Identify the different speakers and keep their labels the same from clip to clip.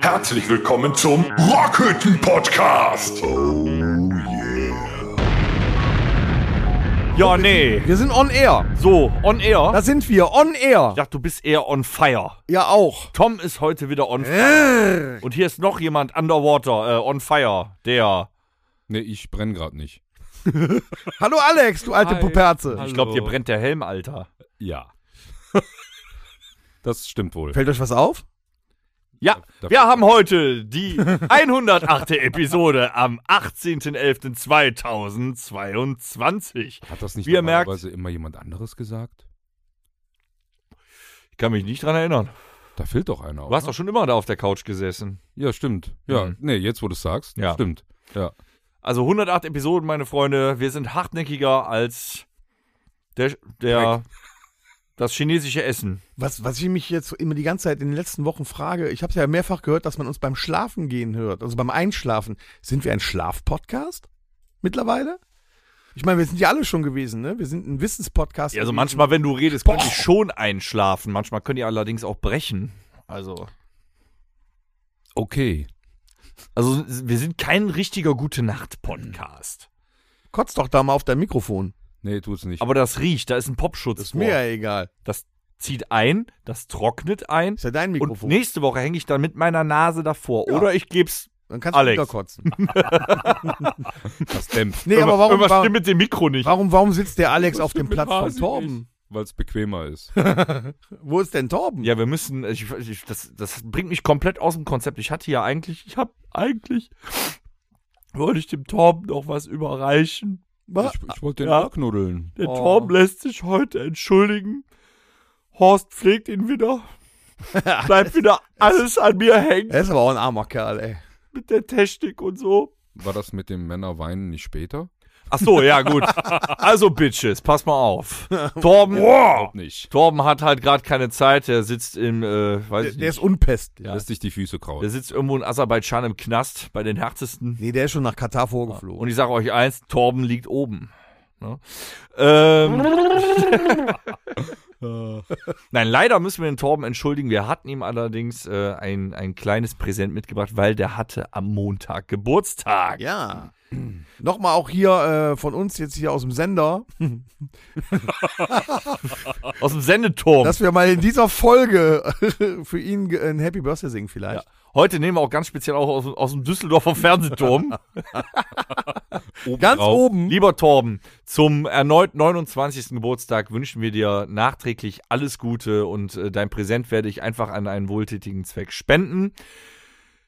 Speaker 1: Herzlich willkommen zum Rockhütten Podcast. Oh
Speaker 2: Ja, nee.
Speaker 3: Wir sind on air.
Speaker 2: So, on air.
Speaker 3: Da sind wir, on air.
Speaker 2: ich dachte, du bist eher on fire.
Speaker 3: Ja, auch.
Speaker 2: Tom ist heute wieder on fire. Und hier ist noch jemand underwater, äh, on fire, der.
Speaker 4: Nee, ich brenne gerade nicht.
Speaker 3: Hallo Alex, du alte
Speaker 4: Hi.
Speaker 3: Puperze.
Speaker 4: Hallo.
Speaker 2: Ich glaube, dir brennt der Helm, Alter.
Speaker 4: Ja. das stimmt wohl.
Speaker 3: Fällt euch was auf?
Speaker 2: Ja,
Speaker 4: Da-
Speaker 2: wir haben heute die 108. Episode am 18.11.2022.
Speaker 4: Hat das nicht
Speaker 2: Wie ihr merkt-
Speaker 4: normalerweise immer jemand anderes gesagt?
Speaker 2: Ich kann mich nicht dran erinnern.
Speaker 4: Da fehlt doch einer.
Speaker 2: Du hast
Speaker 4: oder?
Speaker 2: doch schon immer da auf der Couch gesessen.
Speaker 4: ja, stimmt. Ja,
Speaker 2: Mhm.
Speaker 4: nee, jetzt wo du es sagst,
Speaker 2: Ja.
Speaker 4: stimmt. Ja.
Speaker 2: Also 108 Episoden, meine Freunde. Wir sind hartnäckiger als der, der das chinesische Essen.
Speaker 3: Was, was ich mich jetzt immer die ganze Zeit in den letzten Wochen frage, ich habe ja mehrfach gehört, dass man uns beim Schlafen gehen hört, also beim Einschlafen. Sind wir ein Schlafpodcast mittlerweile? Ich meine, wir sind ja alle schon gewesen, ne? Wir sind ein Wissenspodcast.
Speaker 2: Ja, also
Speaker 3: gewesen.
Speaker 2: manchmal, wenn du redest, könnte ich schon einschlafen. Manchmal können die allerdings auch brechen. Also,
Speaker 4: Okay.
Speaker 2: also wir sind kein richtiger Gute-Nacht-Podcast.
Speaker 3: Kotzt doch da mal auf dein Mikrofon.
Speaker 4: Nee, tut's nicht.
Speaker 2: Aber das riecht, da ist ein Popschutz
Speaker 3: Ist
Speaker 2: vor.
Speaker 3: mir ja egal.
Speaker 2: Das zieht ein, das trocknet ein.
Speaker 3: Ist ja dein
Speaker 2: Und
Speaker 3: Mikrofon.
Speaker 2: nächste Woche hänge ich dann mit meiner Nase davor.
Speaker 3: Ja.
Speaker 2: Oder ich geb's.
Speaker 3: Dann kannst
Speaker 2: Alex.
Speaker 3: du wieder kotzen.
Speaker 4: das dämpft.
Speaker 3: Nee, aber warum,
Speaker 2: Irgendwas
Speaker 3: warum,
Speaker 2: stimmt mit dem Mikro nicht.
Speaker 3: warum, warum sitzt der Alex auf dem
Speaker 4: Mit
Speaker 3: Platz von
Speaker 4: Hasi
Speaker 3: Torben?
Speaker 4: nicht, Weil's bequemer ist.
Speaker 3: Wo ist denn Torben?
Speaker 2: Ja, wir müssen. Ich, ich, das, das bringt mich komplett aus dem Konzept. Ich hatte ja eigentlich. Ich habe eigentlich. Wollte ich dem Torben noch was überreichen?
Speaker 3: Wa-
Speaker 4: Ich, ich wollte den
Speaker 2: Ja.
Speaker 4: ja. knuddeln.
Speaker 2: Der
Speaker 3: Oh.
Speaker 2: Torben lässt sich heute entschuldigen. Horst pflegt ihn wieder. Bleibt wieder alles an mir hängen
Speaker 3: Er ist aber auch ein armer Kerl, ey.
Speaker 2: mit der Technik und so.
Speaker 4: War das mit dem Männer weinen nicht später?
Speaker 2: Ach so, ja gut. Also Bitches, pass mal auf. Torben,
Speaker 4: Überhaupt nicht.
Speaker 2: Torben hat halt gerade keine Zeit. Der sitzt im, äh, weiß
Speaker 3: Der,
Speaker 2: ich
Speaker 3: der
Speaker 2: nicht.
Speaker 3: ist unpest. Ja.
Speaker 4: Lässt sich die Füße kraulen.
Speaker 2: Der sitzt irgendwo in Aserbaidschan im Knast bei den härtesten.
Speaker 3: Nee, der ist schon nach Katar vorgeflogen.
Speaker 2: Und ich sage euch eins: Torben liegt oben. Ne? Ähm, Nein, leider müssen wir den Torben entschuldigen. Wir hatten ihm allerdings äh, ein, ein kleines Präsent mitgebracht, weil der hatte am Montag Geburtstag.
Speaker 3: Ah, ja. Nochmal auch hier äh, von uns, jetzt hier aus dem Sender,
Speaker 2: Aus dem Sendeturm.
Speaker 3: dass wir mal in dieser Folge für ihn ge- ein Happy Birthday singen vielleicht.
Speaker 2: Heute nehmen wir auch ganz speziell auch aus, aus dem Düsseldorfer Fernsehturm.
Speaker 3: Ganz
Speaker 4: drauf.
Speaker 3: oben.
Speaker 2: Lieber Torben, zum erneut 29. Geburtstag wünschen wir dir nachträglich alles Gute und äh, dein Präsent werde ich einfach an einen wohltätigen Zweck spenden.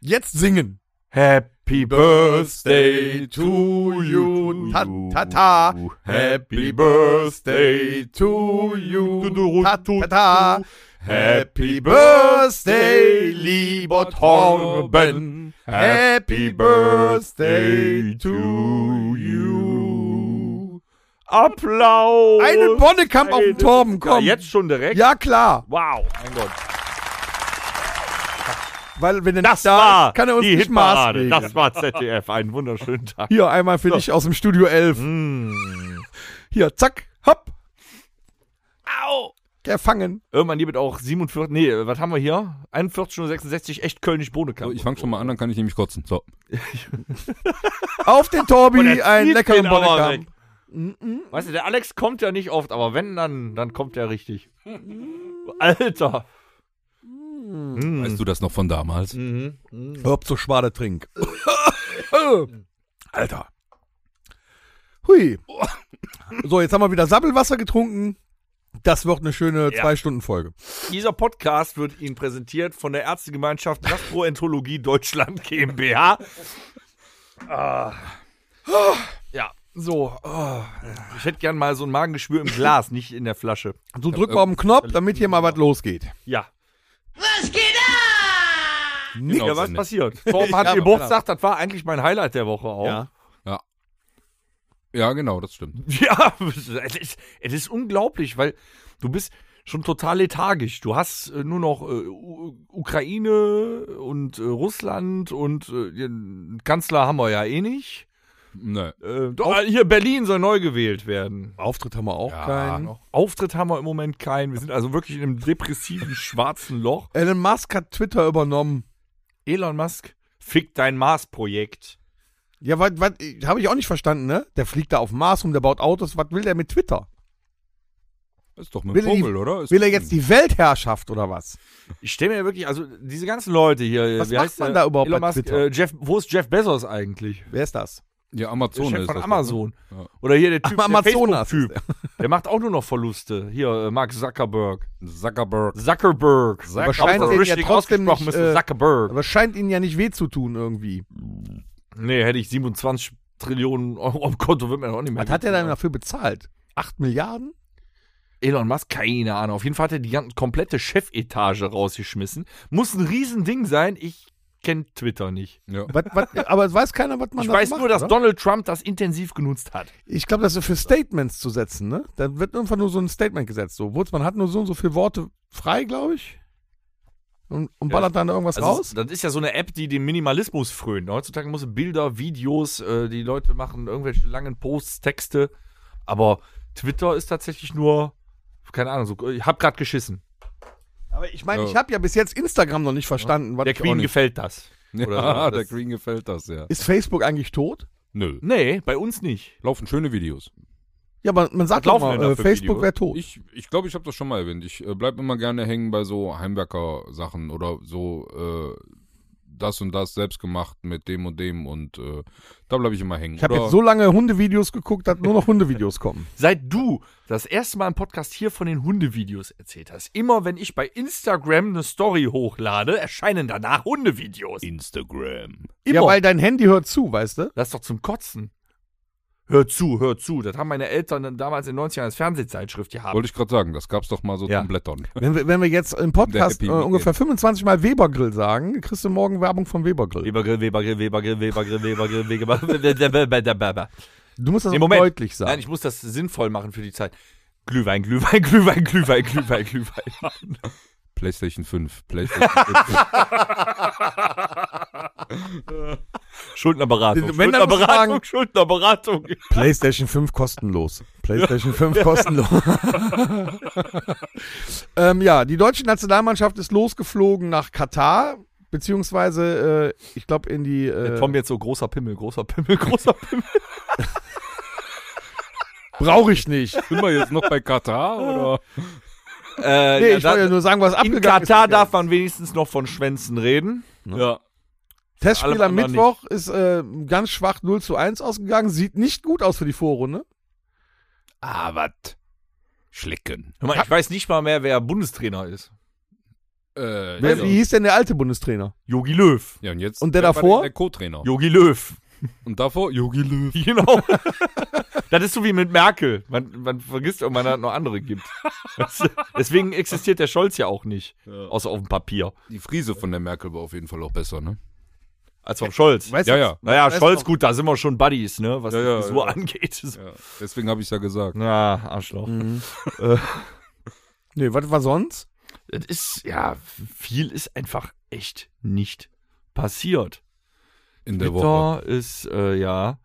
Speaker 3: Jetzt singen.
Speaker 2: Happy Birthday to you.
Speaker 3: Ta ta ta.
Speaker 2: Happy Birthday
Speaker 3: to
Speaker 2: you.
Speaker 3: Ta ta ta.
Speaker 2: Happy Birthday, lieber Torben. Happy Birthday to you. Applaus.
Speaker 3: Einen Bonnekamp auf den Torben,
Speaker 2: ja,
Speaker 3: komm.
Speaker 2: jetzt schon direkt?
Speaker 3: Ja, klar.
Speaker 2: Wow, mein Gott.
Speaker 3: Weil wenn er
Speaker 2: Das
Speaker 3: nicht da
Speaker 2: war
Speaker 3: ist, kann er uns
Speaker 2: Ah, die
Speaker 3: nicht
Speaker 2: Hitparade.
Speaker 3: maßregeln.
Speaker 2: Das war ZDF. Einen wunderschönen Tag.
Speaker 3: Hier einmal für dich aus dem Studio 11.
Speaker 2: Hm.
Speaker 3: Hier, zack, hopp.
Speaker 2: Au.
Speaker 3: Gefangen.
Speaker 2: Irgendwann gibt es auch 47, nee, was haben wir hier? 41.66 echt Kölnisch Bohnenkamp.
Speaker 4: So, ich fange schon mal an, dann kann ich nämlich kotzen. So.
Speaker 3: Auf den
Speaker 2: Und
Speaker 3: Torbi,
Speaker 2: er
Speaker 3: einen
Speaker 2: Oh, zieht
Speaker 3: leckeren
Speaker 2: den aber
Speaker 3: Bonnekamp.
Speaker 2: Weißt du, der Alex kommt ja nicht oft, aber wenn, dann, dann kommt er richtig. Alter. Mhm.
Speaker 4: Weißt du das noch von damals?
Speaker 3: Hör auf zu schwader Trink. Alter. Hui. So, jetzt haben wir wieder Sabbelwasser getrunken. Das wird eine schöne
Speaker 2: Ja.
Speaker 3: Zwei-Stunden-Folge.
Speaker 2: Dieser Podcast wird Ihnen präsentiert von der Ärztegemeinschaft Gastroenterologie Deutschland GmbH. Ah. Ja, so. ah. Ich hätte gern mal so ein Magengeschwür im Glas, nicht in der Flasche.
Speaker 3: So, drück mal auf den Knopf, damit hier mal was losgeht.
Speaker 2: Ja.
Speaker 3: Nix.
Speaker 4: Genau.
Speaker 2: Ja, was passiert? Torben hat
Speaker 3: Ja,
Speaker 2: Geburtstag, das war eigentlich mein Highlight der Woche auch.
Speaker 3: Ja.
Speaker 4: Ja, genau, das stimmt.
Speaker 2: Ja, es ist, es ist unglaublich, weil du bist schon total lethargisch. Du hast äh, nur noch äh, U Ukraine und äh, Russland und äh, den Kanzler haben wir ja eh nicht.
Speaker 4: Nö.
Speaker 2: Äh, doch, äh, hier, Berlin soll neu gewählt werden.
Speaker 3: Auftritt haben wir auch
Speaker 4: Ja.
Speaker 3: keinen.
Speaker 2: Auftritt haben wir im Moment keinen. Wir sind also wirklich in einem depressiven schwarzen Loch.
Speaker 3: Elon Musk hat Twitter übernommen.
Speaker 2: Elon Musk, fick dein Mars-Projekt.
Speaker 3: Ja, was, was, habe ich auch nicht verstanden, ne? Der fliegt da auf dem Mars rum, der baut Autos. Was will der mit Twitter?
Speaker 4: Ist doch mit
Speaker 3: Will
Speaker 4: dem
Speaker 3: er die-
Speaker 4: Vogel, oder? Ist
Speaker 3: Will er jetzt die Weltherrschaft oder was?
Speaker 2: Ich stelle mir wirklich, also diese ganzen Leute hier.
Speaker 3: Was
Speaker 2: wie
Speaker 3: macht
Speaker 2: heißt
Speaker 3: man
Speaker 2: der?
Speaker 3: da überhaupt
Speaker 2: Elon
Speaker 3: bei
Speaker 2: Musk,
Speaker 3: Twitter?
Speaker 2: äh, Jeff, wo ist Jeff Bezos eigentlich?
Speaker 3: Wer ist das?
Speaker 4: Ja,
Speaker 2: Der
Speaker 4: Amazon
Speaker 2: Chef
Speaker 4: ist
Speaker 2: von
Speaker 4: das,
Speaker 2: Amazon.
Speaker 4: ne? Ja.
Speaker 2: Oder hier der Typ, der
Speaker 3: Amazonas
Speaker 2: Facebook-Typ.
Speaker 3: ist
Speaker 2: Der macht auch nur noch Verluste. Hier, äh, Mark Zuckerberg.
Speaker 4: Zuckerberg.
Speaker 2: Zuckerberg.
Speaker 4: Zucker-
Speaker 2: Ob das
Speaker 3: scheint den ja
Speaker 2: richtig
Speaker 3: trotzdem
Speaker 2: ausgesprochen
Speaker 3: nicht,
Speaker 2: ist,
Speaker 3: äh,
Speaker 2: Zuckerberg.
Speaker 3: Aber es scheint ihnen ja nicht weh zu tun irgendwie.
Speaker 2: Nee, hätte ich 27 Trillionen Euro am Konto, wird mir doch auch nicht mehr.
Speaker 3: Was hat er
Speaker 2: geben.
Speaker 3: dann dafür bezahlt? Acht Milliarden?
Speaker 2: Elon Musk, keine Ahnung. Auf jeden Fall hat er die ganze komplette Chefetage rausgeschmissen. Muss ein Riesending sein. Ich kenne Twitter nicht.
Speaker 4: Ja.
Speaker 3: Was, was, aber es weiß keiner, was man
Speaker 2: Ich
Speaker 3: da
Speaker 2: weiß
Speaker 3: macht,
Speaker 2: nur, dass
Speaker 3: oder?
Speaker 2: Donald Trump das intensiv genutzt hat.
Speaker 3: Ich glaube, das ist für Statements zu setzen, ne? Da wird einfach nur so ein Statement gesetzt. So, Wurz, man hat nur so und so viele Worte frei, glaube ich. Und, und
Speaker 2: Ja.
Speaker 3: ballert dann irgendwas
Speaker 2: Also
Speaker 3: raus.
Speaker 2: Das ist ja so eine App, die dem Minimalismus frönt. Heutzutage musst du Bilder, Videos, äh, die Leute machen irgendwelche langen Posts, Texte. Aber Twitter ist tatsächlich nur, keine Ahnung, so, ich hab grad geschissen.
Speaker 3: Aber ich meine,
Speaker 4: Ja.
Speaker 3: ich habe ja bis jetzt Instagram noch nicht verstanden. was
Speaker 2: Der
Speaker 3: ich auch
Speaker 2: Queen
Speaker 3: nicht-
Speaker 2: gefällt das.
Speaker 4: Ja,
Speaker 2: Oder
Speaker 4: der
Speaker 2: das-
Speaker 4: Green gefällt das, ja.
Speaker 3: Ist Facebook eigentlich tot?
Speaker 4: Nö.
Speaker 2: Nee, bei uns nicht.
Speaker 4: Laufen schöne Videos.
Speaker 3: Ja, aber man sagt
Speaker 2: Was
Speaker 3: doch
Speaker 2: laufen
Speaker 3: mal,
Speaker 2: denn da
Speaker 3: äh,
Speaker 2: für
Speaker 3: Facebook
Speaker 2: Videos?
Speaker 3: wäre tot.
Speaker 4: Ich glaube, ich, glaub, ich habe das schon mal erwähnt. Ich äh, bleibe immer gerne hängen bei so Heimwerker-Sachen oder so äh, das und das selbst gemacht mit dem und dem und äh, da bleibe ich immer hängen.
Speaker 3: Ich habe
Speaker 4: Oder-
Speaker 3: jetzt so lange Hundevideos geguckt, dass nur noch Hundevideos kommen.
Speaker 2: Seit du das erste Mal im Podcast hier von den Hundevideos erzählt hast, immer wenn ich bei Instagram eine Story hochlade, erscheinen danach Hundevideos.
Speaker 4: Instagram.
Speaker 2: Immer.
Speaker 3: Ja, weil dein Handy hört zu, weißt du?
Speaker 2: Das ist doch zum Kotzen. Hör zu, hör zu. Das haben meine Eltern dann damals in den 90ern als Fernsehzeitschrift gehabt.
Speaker 4: Wollte ich gerade sagen, das gab's doch mal so
Speaker 2: Ja.
Speaker 4: zum Blättern.
Speaker 3: Wenn wir, wenn wir jetzt im Podcast
Speaker 4: Happy
Speaker 3: äh,
Speaker 4: Weekend.
Speaker 3: ungefähr 25 Mal Webergrill sagen, kriegst du morgen Werbung von Webergrill.
Speaker 2: Webergrill, Webergrill, Webergrill, Webergrill, Webergrill, Webergrill.
Speaker 3: Du musst das
Speaker 2: Nee,
Speaker 3: auch
Speaker 2: Moment.
Speaker 3: deutlich sagen.
Speaker 2: Nein, ich muss das sinnvoll machen für die Zeit. Glühwein, Glühwein, Glühwein, Glühwein, Glühwein, Glühwein.
Speaker 4: PlayStation 5. PlayStation 5.
Speaker 2: Schuldnerberatung,
Speaker 3: Wenn, dann musst du
Speaker 2: Schuldnerberatung, Schuldnerberatung.
Speaker 3: Äh. PlayStation 5 kostenlos. PlayStation 5 kostenlos. ähm, ja, die deutsche Nationalmannschaft ist losgeflogen nach Katar, beziehungsweise, äh, ich glaube, in die.
Speaker 2: Der
Speaker 3: Äh,
Speaker 2: Tom jetzt so großer Pimmel, großer Pimmel, großer Pimmel.
Speaker 3: Brauche ich nicht.
Speaker 4: Sind wir jetzt noch bei Katar oder?
Speaker 2: äh,
Speaker 3: Nee,
Speaker 2: ja,
Speaker 3: ich
Speaker 2: da-
Speaker 3: wollte ja nur sagen, was
Speaker 2: in
Speaker 3: abgegangen
Speaker 2: Katar
Speaker 3: ist.
Speaker 2: darf man wenigstens noch von Schwänzen reden.
Speaker 4: Ja.
Speaker 3: Testspiel
Speaker 2: alle
Speaker 3: am
Speaker 2: anderen
Speaker 3: Mittwoch ist äh, ganz schwach 0 zu 1 ausgegangen. Sieht nicht gut aus für die Vorrunde.
Speaker 4: Ah, wat? Schlicken.
Speaker 2: Hör mal, ich weiß nicht mal mehr, wer Bundestrainer ist.
Speaker 4: Äh,
Speaker 3: Wer,
Speaker 2: Also.
Speaker 4: ja.
Speaker 3: Wie hieß denn der alte Bundestrainer?
Speaker 2: Yogi Löw.
Speaker 4: ja, und jetzt.
Speaker 3: Und der
Speaker 4: wer war
Speaker 3: davor?
Speaker 4: denn Der Co-Trainer.
Speaker 2: Yogi Löw.
Speaker 4: Und davor Jogi Löw.
Speaker 2: Genau. das ist so wie mit Merkel. Man, man vergisst irgendwann, dass es noch andere gibt. Weißt du? Deswegen existiert der Scholz ja auch nicht. Außer auf dem Papier.
Speaker 4: Die Friese von der Merkel war auf jeden Fall auch besser, ne?
Speaker 2: Als vom Scholz.
Speaker 3: Weißt
Speaker 4: Ja,
Speaker 3: du-
Speaker 4: ja.
Speaker 2: Naja,
Speaker 3: Weißt
Speaker 2: Scholz,
Speaker 3: du-
Speaker 2: gut, da sind wir schon Buddies, ne? Was
Speaker 4: Ja, ja,
Speaker 2: die Frisur
Speaker 4: ja.
Speaker 2: angeht.
Speaker 4: Ja. Deswegen habe ich ja gesagt.
Speaker 2: Na, Arschloch.
Speaker 3: Nee, was war sonst?
Speaker 2: Das ist, ja, viel ist einfach echt nicht passiert.
Speaker 4: In der Woche.
Speaker 2: Twitter ist, äh, ja.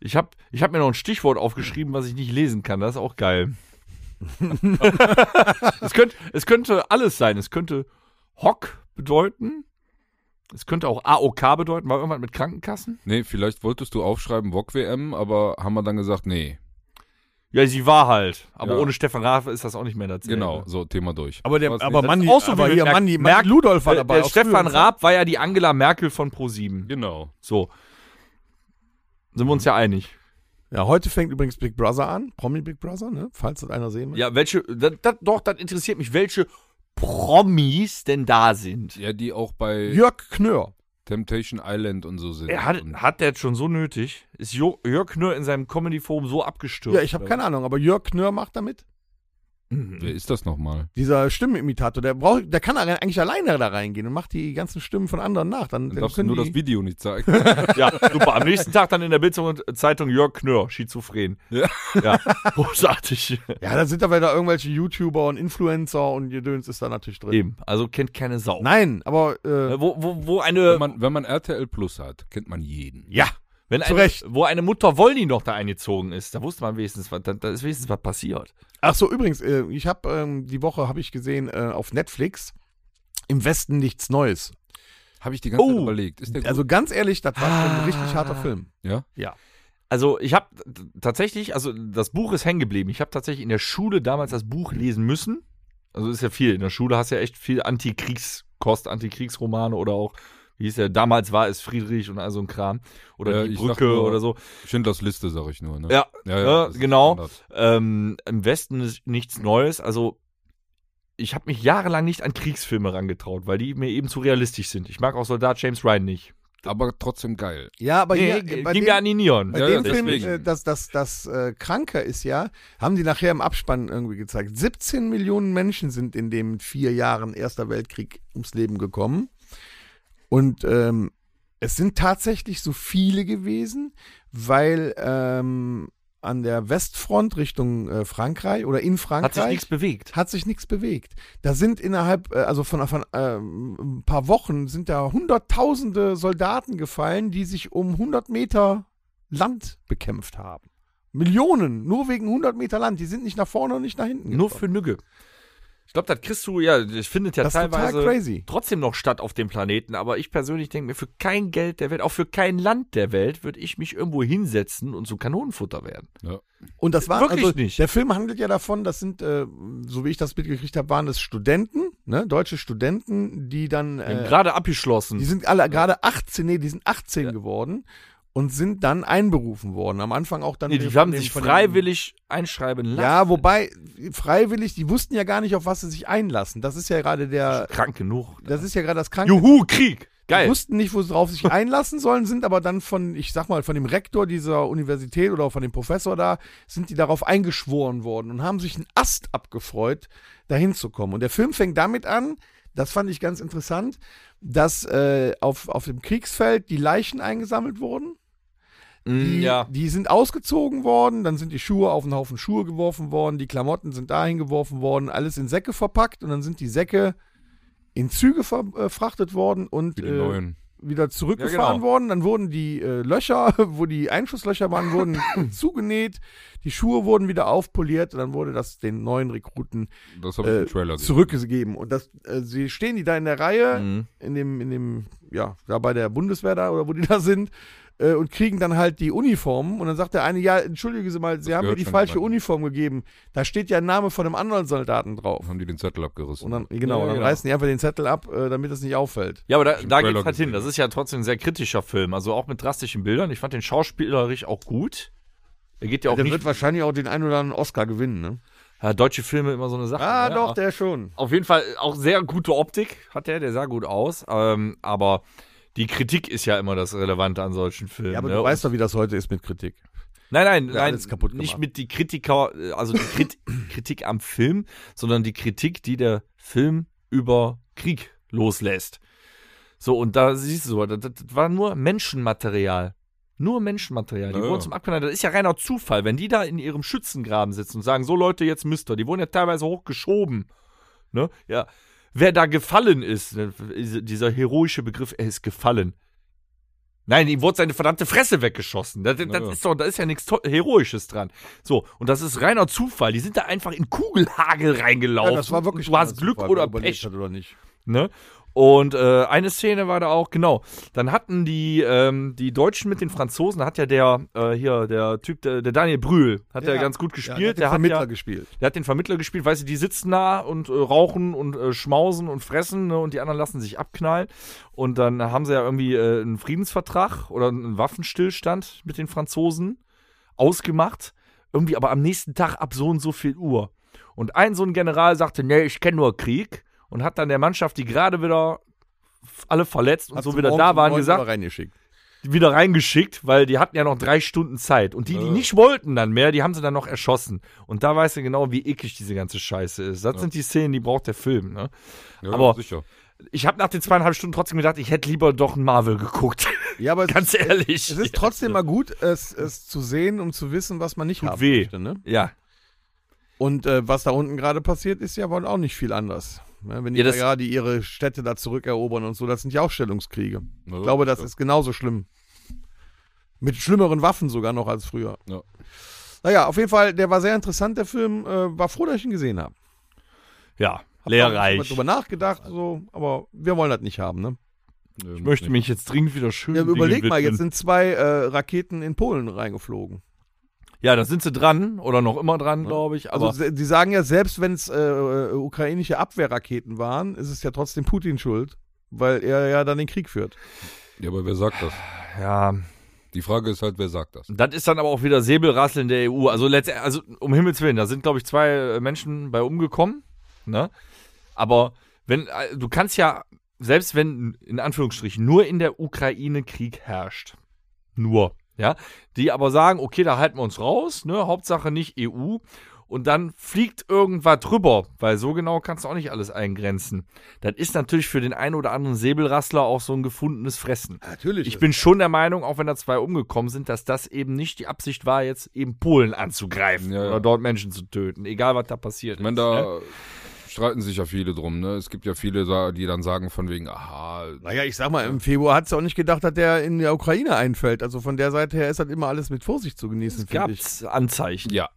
Speaker 2: Ich habe ich hab mir noch ein Stichwort aufgeschrieben, was ich nicht lesen kann. Das ist auch geil. es, könnt, es könnte alles sein. Es könnte Hock bedeuten. Es könnte auch AOK bedeuten. War irgendwas mit Krankenkassen?
Speaker 4: Nee, vielleicht wolltest du aufschreiben Wok WM, aber haben wir dann gesagt, nee.
Speaker 2: Ja, sie war halt. Aber
Speaker 4: Ja.
Speaker 2: ohne Stefan Raab ist das auch nicht mehr dazu.
Speaker 4: Genau, so Thema durch.
Speaker 3: Aber der,
Speaker 4: Was
Speaker 3: aber
Speaker 4: nicht?
Speaker 3: Manni,
Speaker 2: auch so wie
Speaker 3: aber
Speaker 2: mit
Speaker 3: hier
Speaker 2: Merk-
Speaker 3: Manni,
Speaker 2: Merk-
Speaker 3: Manni Ludolf war
Speaker 2: Der,
Speaker 3: dabei.
Speaker 2: der
Speaker 3: aus
Speaker 2: Stefan
Speaker 3: früher.
Speaker 2: Raab war ja die Angela Merkel von ProSieben.
Speaker 4: Genau.
Speaker 2: So. Sind wir uns ja einig.
Speaker 3: Ja, heute fängt übrigens Big Brother an. Promi Big Brother, ne? Falls das einer sehen will.
Speaker 2: Ja, welche, das, das, doch, das interessiert mich, welche Promis denn da sind.
Speaker 4: Ja, die auch bei
Speaker 3: Jörg Knör.
Speaker 4: Temptation Island und so sind.
Speaker 2: Er hat,
Speaker 4: und
Speaker 2: hat der jetzt schon so nötig? Ist jo Jörg Knör in seinem Comedy-Forum so abgestürzt?
Speaker 3: Ja, ich habe keine Ahnung, aber Jörg Knör macht damit.
Speaker 4: wer ist das nochmal?
Speaker 3: Dieser Stimmenimitator, der braucht, der kann eigentlich alleine da reingehen und macht die ganzen Stimmen von anderen nach. Dann,
Speaker 4: Dann
Speaker 3: dann
Speaker 4: darfst du
Speaker 3: können
Speaker 4: nur das
Speaker 3: die,
Speaker 4: Video nicht zeigen.
Speaker 2: Ja, super. Am nächsten Tag dann in der Bildzeitung Jörg Knör, schizophren.
Speaker 4: Ja.
Speaker 2: ja großartig.
Speaker 3: Ja, da sind aber da irgendwelche YouTuber und Influencer und Gedöns ist da natürlich drin.
Speaker 2: Eben, also kennt keine Sau.
Speaker 3: Nein, aber äh,
Speaker 2: Wo, wo, wo
Speaker 4: wenn,
Speaker 2: eine.
Speaker 4: man, wenn man RTL Plus hat, kennt man jeden.
Speaker 2: Ja, Wenn
Speaker 3: Zu
Speaker 2: eine,
Speaker 3: Recht.
Speaker 2: Wo eine Mutter Wollny noch da eingezogen ist, da wusste man wenigstens, was, da, da ist wenigstens was passiert.
Speaker 3: Ach so, übrigens, äh, ich habe ähm, die Woche habe ich gesehen äh, auf Netflix im Westen nichts Neues.
Speaker 4: Habe ich die ganze
Speaker 2: Oh.
Speaker 4: Zeit überlegt. Ist der gut?
Speaker 3: Also ganz ehrlich, das war schon ein richtig harter Film.
Speaker 4: Ja?
Speaker 2: Also ich habe tatsächlich, also das Buch ist hängen geblieben. Ich habe tatsächlich in der Schule damals das Buch lesen müssen. Also ist ja viel. In der Schule hast du ja echt viel Antikriegskost, Antikriegsromane oder auch, wie hieß der, damals war es Friedrich und all so ein Kram. Oder
Speaker 4: Ja,
Speaker 2: die
Speaker 4: ich sag
Speaker 2: Brücke
Speaker 4: nur-
Speaker 2: oder so.
Speaker 4: Schindlers Liste, sag ich nur. Ne?
Speaker 2: Ja, ja,
Speaker 4: das ist
Speaker 2: genau.
Speaker 4: Standard.
Speaker 2: Ähm, Im Westen ist nichts Neues. Also, ich habe mich jahrelang nicht an Kriegsfilme rangetraut, weil die mir eben zu realistisch sind. Ich mag auch Soldat James Ryan nicht.
Speaker 4: Aber trotzdem geil.
Speaker 3: Ja, aber
Speaker 2: Nee, äh,
Speaker 3: hier,
Speaker 2: ging mir an die Nieren.
Speaker 3: Bei
Speaker 4: Ja,
Speaker 3: dem
Speaker 4: ja,
Speaker 3: Film,
Speaker 4: deswegen.
Speaker 3: äh, das, das, das äh, Kranke ist ja, haben die nachher im Abspann irgendwie gezeigt, 17 Millionen Menschen sind in den vier Jahren Erster Weltkrieg ums Leben gekommen. Und ähm, es sind tatsächlich so viele gewesen, weil ähm, an der Westfront Richtung äh, Frankreich oder in
Speaker 2: Hat sich nichts
Speaker 3: Frankreich
Speaker 2: bewegt.
Speaker 3: hat sich nichts bewegt. Da sind innerhalb, äh, also von, von ähm, ein paar Wochen sind da hunderttausende Soldaten gefallen, die sich um 100 Meter Land bekämpft haben. Millionen, nur wegen 100 Meter Land. Die sind nicht nach vorne und nicht nach hinten.
Speaker 2: Nur
Speaker 3: gekommen.
Speaker 2: für Nügge. Ich glaube, das kriegst du, ja, das findet ja
Speaker 3: Genau. Das ist total
Speaker 2: teilweise
Speaker 3: crazy.
Speaker 2: trotzdem noch statt auf dem Planeten. Aber ich persönlich denke mir, für kein Geld der Welt, auch für kein Land der Welt, würde ich mich irgendwo hinsetzen und zu Kanonenfutter werden.
Speaker 3: Und das war
Speaker 2: Wirklich
Speaker 3: also,
Speaker 2: nicht.
Speaker 3: Der Film handelt ja davon, das sind, äh, so wie ich das mitgekriegt habe, waren es Studenten, ne, deutsche Studenten, die dann
Speaker 2: Wir haben
Speaker 3: äh,
Speaker 2: Gerade abgeschlossen.
Speaker 3: Die sind alle gerade 18, nee, die sind 18 geworden und sind dann einberufen worden. Am Anfang auch dann.
Speaker 2: nee, die
Speaker 3: von
Speaker 2: haben
Speaker 3: dem-
Speaker 2: sich
Speaker 3: von dem-
Speaker 2: freiwillig einschreiben lassen.
Speaker 3: Ja, wobei, freiwillig, die wussten ja gar nicht, auf was sie sich einlassen. Das ist ja gerade der.
Speaker 2: Krank genug.
Speaker 3: Das ist ja gerade das Kranke.
Speaker 2: Juhu, Krieg.
Speaker 3: Die
Speaker 2: Geil.
Speaker 3: wussten nicht, worauf sie sich einlassen sollen, sind aber dann von, ich sag mal, von dem Rektor dieser Universität oder von dem Professor da, sind die darauf eingeschworen worden und haben sich einen Ast abgefreut, dahin zu kommen. Und der Film fängt damit an, das fand ich ganz interessant, dass äh, auf, auf dem Kriegsfeld die Leichen eingesammelt wurden. Die,
Speaker 4: Hm,
Speaker 2: Mm, ja.
Speaker 3: die sind ausgezogen worden, dann sind die Schuhe auf einen Haufen Schuhe geworfen worden, die Klamotten sind dahin geworfen worden, alles in Säcke verpackt und dann sind die Säcke in Züge ver- äh, verfrachtet worden und
Speaker 4: Wie die
Speaker 3: äh,
Speaker 4: neuen.
Speaker 3: wieder zurückgefahren
Speaker 2: Ja, genau.
Speaker 3: worden. Dann wurden die äh, Löcher, wo die Einschusslöcher waren, wurden zugenäht. Die Schuhe wurden wieder aufpoliert und dann wurde das den neuen Rekruten
Speaker 4: Das habe ich
Speaker 3: äh,
Speaker 4: im Trailer gesehen.
Speaker 3: zurückgegeben. Und das, äh, sie stehen die da in der Reihe,
Speaker 2: Mhm.
Speaker 3: in dem, in dem, ja, da bei der Bundeswehr da oder wo die da sind. äh, Und kriegen dann halt die Uniformen und dann sagt der eine, ja, entschuldigen Sie mal, Sie haben mir
Speaker 4: gehört
Speaker 3: die
Speaker 4: schon
Speaker 3: falsche
Speaker 4: jemandem.
Speaker 3: Uniform gegeben. Da steht ja ein Name von einem anderen Soldaten drauf.
Speaker 4: Haben die den Zettel abgerissen.
Speaker 3: Und dann, genau,
Speaker 2: Ja,
Speaker 3: dann
Speaker 2: genau.
Speaker 3: reißen die einfach den Zettel ab, äh, damit das nicht auffällt.
Speaker 2: Ja, aber da,
Speaker 4: Im
Speaker 2: da
Speaker 4: Trailer
Speaker 2: geht's halt hin.
Speaker 4: gesehen,
Speaker 2: Das
Speaker 4: ja.
Speaker 2: ist ja trotzdem ein sehr kritischer Film. Also auch mit drastischen Bildern. Ich fand den schauspielerisch auch gut. Er geht ja auch
Speaker 3: der
Speaker 2: nicht.
Speaker 3: wird wahrscheinlich auch den einen oder anderen Oscar gewinnen, ne?
Speaker 2: Ja, deutsche Filme immer so eine Sache.
Speaker 3: Ah,
Speaker 2: ne?
Speaker 3: doch, der schon.
Speaker 2: Auf jeden Fall auch sehr gute Optik hat der. Der sah gut aus. Ähm, aber die Kritik ist ja immer das Relevante an solchen Filmen.
Speaker 3: Ja, aber
Speaker 2: ne?
Speaker 3: du weißt doch, wie das heute ist mit Kritik.
Speaker 2: Nein, nein,
Speaker 3: Ja,
Speaker 2: nein,
Speaker 3: alles kaputt
Speaker 2: nicht
Speaker 3: gemacht.
Speaker 2: mit die Kritiker, äh, also die Krit Kritik am Film, sondern die Kritik, die der Film über Krieg loslässt. So, und da siehst du so, das, das war nur Menschenmaterial. Nur Menschenmaterial. Die
Speaker 4: Ja,
Speaker 2: wurden
Speaker 4: ja.
Speaker 2: zum Abknallen. Das ist ja reiner Zufall, wenn die da in ihrem Schützengraben sitzen und sagen, so Leute, jetzt müsst ihr. Die wurden ja teilweise hochgeschoben. Ne? Ja. Wer da gefallen ist, ne, ist dieser heroische Begriff, er ist gefallen. Nein, ihm wurde seine verdammte Fresse weggeschossen. Das, das,
Speaker 4: Na ja.
Speaker 2: ist, doch, da ist ja nichts to- Heroisches dran. So, und das ist reiner Zufall. Die sind da einfach in Kugelhagel reingelaufen. Du hast Glück oder Pech.
Speaker 3: oder nicht.
Speaker 2: Ne? Und äh, eine Szene war da auch, genau. Dann hatten die, ähm, die Deutschen mit den Franzosen, hat ja der, äh, hier, der Typ, der, der Daniel Brühl, hat ja, ganz gut gespielt.
Speaker 3: der hat den Vermittler
Speaker 2: ja,
Speaker 3: gespielt.
Speaker 2: der hat den Vermittler gespielt, weißt du, die sitzen da und äh, rauchen und äh, schmausen und fressen ne, und die anderen lassen sich abknallen. Und dann haben sie ja irgendwie äh, einen Friedensvertrag oder einen Waffenstillstand mit den Franzosen ausgemacht. Irgendwie aber am nächsten Tag ab so und so viel Uhr. Und ein so ein General sagte, nee, ich kenne nur Krieg. Und hat dann der Mannschaft, die gerade wieder f- alle verletzt und
Speaker 3: Hat
Speaker 2: so
Speaker 3: sie
Speaker 2: wieder
Speaker 3: morgens
Speaker 2: da
Speaker 3: um
Speaker 2: waren,
Speaker 3: 9 Uhr
Speaker 2: gesagt,
Speaker 3: Reingeschickt.
Speaker 2: wieder reingeschickt, weil die hatten ja noch drei Stunden Zeit. Und die, die
Speaker 4: Ja.
Speaker 2: nicht wollten dann mehr, die haben sie dann noch erschossen. Und da weißt du genau, wie eklig diese ganze Scheiße ist. Das sind die Szenen, die braucht der Film. Ne?
Speaker 4: ja,
Speaker 2: aber-
Speaker 4: sicher.
Speaker 2: Ich habe nach den zweieinhalb Stunden trotzdem gedacht, ich hätte lieber doch einen Marvel geguckt.
Speaker 3: Ja, aber es,
Speaker 2: Ganz ehrlich.
Speaker 3: es ist trotzdem mal gut, es, es zu sehen, um zu wissen, was man nicht
Speaker 2: Tut
Speaker 3: haben
Speaker 2: weh.
Speaker 3: möchte. Ne?
Speaker 2: ja.
Speaker 3: Und äh, was da unten gerade passiert, ist ja wohl auch nicht viel anders. Ne? Wenn die
Speaker 2: Ja,
Speaker 3: da
Speaker 2: das-
Speaker 3: gerade ihre Städte da zurückerobern und so, das sind ja auch Stellungskriege.
Speaker 4: Ja,
Speaker 3: Ich glaube, das
Speaker 4: sicher.
Speaker 3: ist genauso schlimm. Mit schlimmeren Waffen sogar noch als früher.
Speaker 4: Ja.
Speaker 3: Naja, auf jeden Fall, der war sehr interessant, der Film. Äh, war froh, dass ich ihn gesehen habe.
Speaker 2: Ja,
Speaker 3: Hab auch drüber nachgedacht, so, aber wir wollen das nicht haben, ne?
Speaker 2: Ich möchte mich jetzt dringend wieder schön.
Speaker 3: Ja,
Speaker 2: Dingen
Speaker 3: überleg mal,
Speaker 2: widmen.
Speaker 3: jetzt sind zwei äh, Raketen in Polen reingeflogen.
Speaker 2: Ja, da sind sie dran oder noch immer dran, glaube ich.
Speaker 3: Also
Speaker 2: Aber
Speaker 3: se- die sagen ja, selbst wenn es äh, äh, ukrainische Abwehrraketen waren, ist es ja trotzdem Putin schuld, weil er ja dann den Krieg führt.
Speaker 4: Ja, aber wer sagt das?
Speaker 2: ja,
Speaker 4: Die Frage ist halt, wer sagt das?
Speaker 2: das ist dann aber auch wieder Säbelrasseln der EU. Also letztendlich, also um Himmels Willen, da sind, glaube ich, zwei äh, Menschen bei umgekommen. Ne? Aber wenn, äh, du kannst ja, selbst wenn in Anführungsstrichen nur in der Ukraine Krieg herrscht, nur, ja, die aber sagen, okay, da halten wir uns raus, ne, Hauptsache nicht EU. Und dann fliegt irgendwas drüber, weil so genau kannst du auch nicht alles eingrenzen. Das ist natürlich für den einen oder anderen Säbelrassler auch so ein gefundenes Fressen.
Speaker 3: Natürlich.
Speaker 2: Ich bin schon der Meinung, auch wenn da zwei umgekommen sind, dass das eben nicht die Absicht war, jetzt eben Polen anzugreifen
Speaker 4: Ja, ja.
Speaker 2: oder dort Menschen zu töten, egal was da passiert
Speaker 4: Ich meine,
Speaker 2: ist. ne?
Speaker 4: da streiten sich ja viele drum, ne? Es gibt ja viele, da- die dann sagen von wegen, aha,
Speaker 3: naja, ich sag mal, im Februar hat es auch nicht gedacht, dass der in der Ukraine einfällt. Also von der Seite her ist das immer alles mit Vorsicht zu genießen,
Speaker 2: Gab
Speaker 3: finde ich.
Speaker 2: es Anzeichen.
Speaker 4: ja,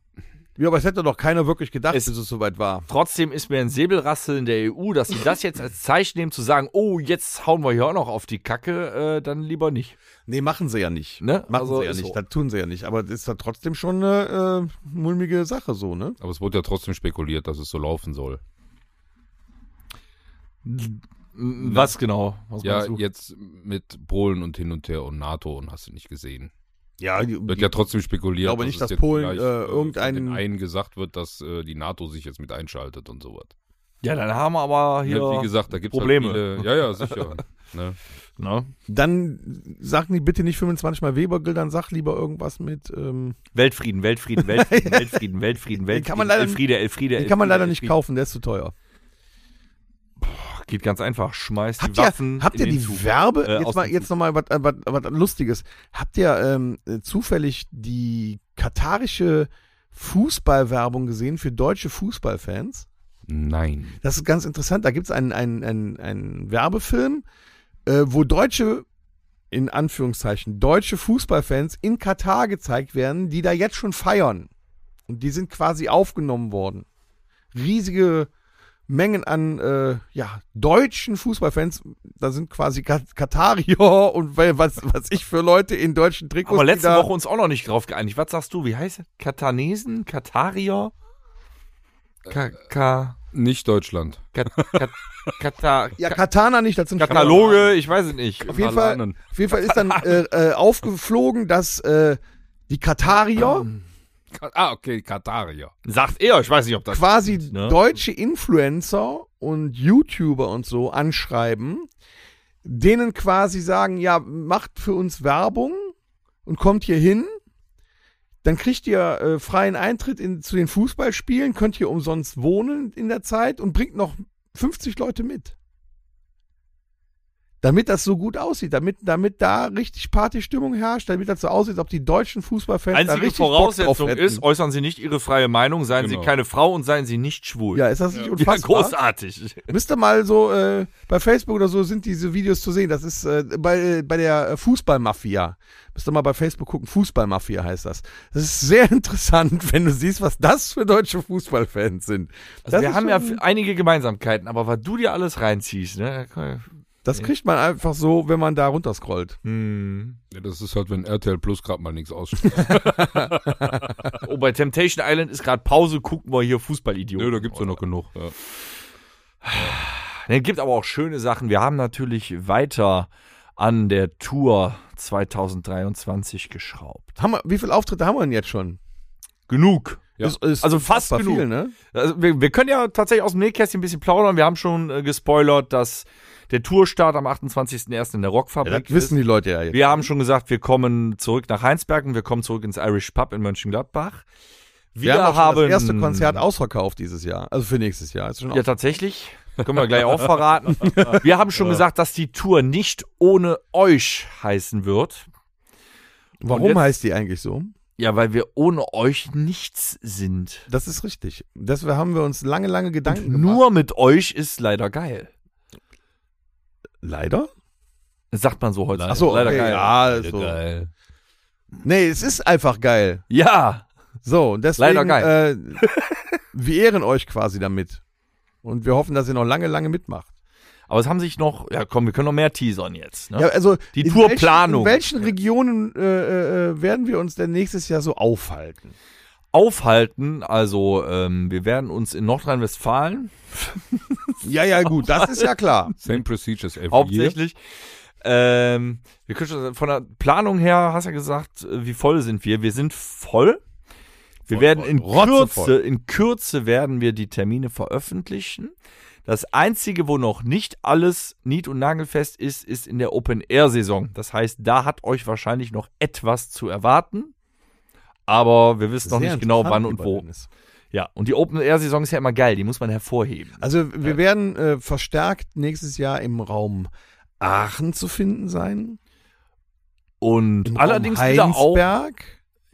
Speaker 3: Ja, aber es hätte doch keiner wirklich gedacht,
Speaker 2: Es-
Speaker 3: bis es soweit war.
Speaker 2: Trotzdem ist mir ein Säbelrasseln der EU, dass sie das jetzt als Zeichen nehmen, zu sagen, oh, jetzt hauen wir hier auch noch auf die Kacke, äh, dann lieber nicht.
Speaker 3: Nee, machen sie ja nicht.
Speaker 2: Ne?
Speaker 3: Machen
Speaker 2: Also
Speaker 3: sie ja
Speaker 2: ist
Speaker 3: nicht,
Speaker 2: so.
Speaker 3: das tun sie ja nicht. Aber das ist dann trotzdem schon eine äh, mulmige Sache so, ne?
Speaker 4: aber es wurde ja trotzdem spekuliert, dass es so laufen soll.
Speaker 2: M- Was genau? Was
Speaker 4: Ja,
Speaker 2: meinst du?
Speaker 4: jetzt mit Polen und hin und her und NATO und hast du nicht gesehen.
Speaker 3: Ja, die,
Speaker 4: Wird ja trotzdem spekuliert.
Speaker 3: glaube nicht,
Speaker 4: es
Speaker 3: dass
Speaker 4: jetzt
Speaker 3: Polen,
Speaker 4: vielleicht,
Speaker 3: äh, irgendeinen-
Speaker 4: von den einen gesagt wird, dass äh, die NATO sich jetzt mit einschaltet und sowas.
Speaker 2: ja, dann haben wir aber hier.
Speaker 4: Ne, Wie gesagt, da gibt es
Speaker 2: Probleme.
Speaker 4: Halt viele, ja, ja, sicher. ne?
Speaker 2: ne?
Speaker 3: Dann sag nicht, bitte nicht 25 mal Webergil, dann sag lieber irgendwas mit. Ähm,
Speaker 2: Weltfrieden, Weltfrieden, Weltfrieden, Weltfrieden, Weltfrieden,
Speaker 3: Den
Speaker 2: Weltfrieden.
Speaker 3: kann man leider-
Speaker 2: Elfriede, Elfriede,
Speaker 3: den kann man
Speaker 2: Elfriede,
Speaker 3: leider nicht
Speaker 2: Elfriede.
Speaker 3: kaufen, der ist zu teuer.
Speaker 2: Geht ganz einfach. Schmeißt die
Speaker 3: Habt ihr,
Speaker 2: Waffen.
Speaker 3: habt ihr
Speaker 2: in den
Speaker 3: die
Speaker 2: Zug.
Speaker 3: Werbe?
Speaker 2: Äh, aus
Speaker 3: jetzt mal,
Speaker 2: dem
Speaker 3: jetzt nochmal was, was, was Lustiges. Habt ihr ähm, äh, zufällig die katarische Fußballwerbung gesehen für deutsche Fußballfans?
Speaker 4: Nein.
Speaker 3: Das ist ganz interessant. Da gibt es einen, einen, einen, einen Werbefilm, äh, wo deutsche, in Anführungszeichen, deutsche Fußballfans in Katar gezeigt werden, die da jetzt schon feiern. Und die sind quasi aufgenommen worden. Riesige Mengen an äh, ja, deutschen Fußballfans. Da sind quasi Kat Katarier und we- was, was ich für Leute in deutschen Trikots.
Speaker 2: Aber
Speaker 3: die
Speaker 2: letzte
Speaker 3: da,
Speaker 2: Woche uns auch noch nicht drauf geeinigt. Was sagst du? Wie heißt er? Katanesen? Katarier? Ka Ka
Speaker 4: Nicht Deutschland.
Speaker 2: Ka Ka Kata
Speaker 3: Ja, Katana nicht, das sind
Speaker 2: Kataloge? Ich weiß es nicht.
Speaker 3: Auf jeden,
Speaker 4: Alle
Speaker 3: Fall,
Speaker 4: anderen.
Speaker 3: auf jeden Fall ist dann äh, äh, aufgeflogen, dass äh, die Katarier
Speaker 4: Ka- Ah, okay, Katarier.
Speaker 2: Sagt er. Ich weiß nicht, ob das.
Speaker 3: quasi
Speaker 2: ne?
Speaker 3: deutsche Influencer und YouTuber und so anschreiben, denen quasi sagen, ja, macht für uns Werbung und kommt hier hin, dann kriegt ihr äh, freien Eintritt in, zu den Fußballspielen, könnt hier umsonst wohnen in der Zeit und bringt noch 50 Leute mit. Damit das so gut aussieht, damit, damit da richtig Partystimmung herrscht, damit das so aussieht, als ob die deutschen Fußballfans da
Speaker 2: Einzige
Speaker 3: richtig Bock drauf
Speaker 2: Voraussetzung
Speaker 3: hätten.
Speaker 2: ist, oh, äußern Sie nicht Ihre freie Meinung, seien
Speaker 4: Genau.
Speaker 2: Sie keine Frau und seien Sie nicht schwul.
Speaker 3: ja, ist das nicht
Speaker 2: Ja,
Speaker 3: unfassbar?
Speaker 2: großartig.
Speaker 3: Müsst ihr mal so äh, bei Facebook oder so sind diese Videos zu sehen. Das ist äh, bei, bei der äh, Fußballmafia. Müsst ihr mal bei Facebook gucken. Fußballmafia heißt das. Das ist sehr interessant, wenn du siehst, was das für deutsche Fußballfans sind.
Speaker 2: Also
Speaker 3: das
Speaker 2: wir
Speaker 3: ist
Speaker 2: haben ja
Speaker 3: schon-
Speaker 2: einige Gemeinsamkeiten, aber was du dir alles reinziehst, ne?
Speaker 3: das kriegt man einfach so, wenn man da runterscrollt.
Speaker 2: Hm.
Speaker 4: Ja, das ist halt, wenn RTL Plus gerade mal nichts ausspielt.
Speaker 2: Oh, bei Temptation Island ist gerade Pause, gucken wir hier Fußballidioten. Oh,
Speaker 4: Nö, da gibt's ja noch genug. Ja.
Speaker 2: Es gibt aber auch schöne Sachen. Wir haben natürlich weiter an der Tour 2023 geschraubt.
Speaker 3: Haben wir, wie viele Auftritte haben wir denn jetzt schon?
Speaker 2: Genug.
Speaker 4: Ja.
Speaker 3: Ist- ist
Speaker 2: Also fast
Speaker 3: unfassbar
Speaker 2: genug.
Speaker 3: Viel, ne?
Speaker 2: Also wir, wir können ja tatsächlich aus dem Nähkästchen ein bisschen plaudern. Wir haben schon äh, gespoilert, dass der Tourstart am 28.01. in der
Speaker 3: ja,
Speaker 2: Rockfabrik
Speaker 3: das wissen die Leute ja jetzt.
Speaker 2: Wir haben schon gesagt, wir kommen zurück nach Heinsberg und wir kommen zurück ins Irish Pub in Mönchengladbach.
Speaker 3: Wir haben, auch schon das erste Konzert ausverkauft dieses Jahr. Also für nächstes Jahr. Ist schon
Speaker 2: Ja, tatsächlich. Können wir gleich auch verraten. Wir haben schon gesagt, dass die Tour nicht ohne euch heißen wird.
Speaker 3: Warum
Speaker 2: und jetzt-
Speaker 3: heißt die eigentlich so?
Speaker 2: Ja, weil wir ohne euch nichts sind.
Speaker 3: Das ist richtig. Deswegen haben wir uns lange, lange Gedanken
Speaker 2: Und
Speaker 3: gemacht.
Speaker 2: nur mit euch ist leider geil.
Speaker 3: Leider?
Speaker 2: Äh, Das sagt man so heute.
Speaker 3: Also. Ach so, okay, ja, so. Nee, es ist einfach geil.
Speaker 2: Ja.
Speaker 3: So, und deswegen,
Speaker 5: Leider
Speaker 3: Äh, wir ehren euch quasi damit. Und wir hoffen, dass ihr noch lange, lange mitmacht.
Speaker 2: Aber es haben sich noch, ja komm, wir können noch mehr teasern jetzt. Ne?
Speaker 3: Ja, also
Speaker 2: Die
Speaker 3: in
Speaker 2: Tourplanung.
Speaker 3: Welchen, in welchen Regionen äh, äh, werden wir uns denn nächstes Jahr so aufhalten?
Speaker 2: Aufhalten, also ähm, wir werden uns in Nordrhein-Westfalen
Speaker 3: Ja, ja, gut, das ist ja klar.
Speaker 4: Same procedures every year.
Speaker 2: hauptsächlich. Ähm, wir können schon von der Planung her, hast ja gesagt, äh, wie voll sind wir? Wir sind voll. Wir werden in
Speaker 3: rotzevoll.
Speaker 2: Kürze, in Kürze werden wir die Termine veröffentlichen. Das einzige, wo noch nicht alles nied- und nagelfest ist, ist in der Open-Air-Saison. Das heißt, da hat euch wahrscheinlich noch etwas zu erwarten. Aber wir wissen noch
Speaker 3: Sehr
Speaker 2: nicht genau,
Speaker 3: interessant,
Speaker 2: wann und
Speaker 3: lieber
Speaker 2: wo.
Speaker 3: Dennis.
Speaker 2: Ja, und die Open-Air-Saison ist ja immer geil, die muss man hervorheben.
Speaker 3: Also wir werden äh, verstärkt nächstes Jahr im Raum Aachen zu finden sein.
Speaker 2: Und
Speaker 3: Im
Speaker 2: allerdings
Speaker 3: Raum
Speaker 2: wieder auch.
Speaker 3: Heinsberg.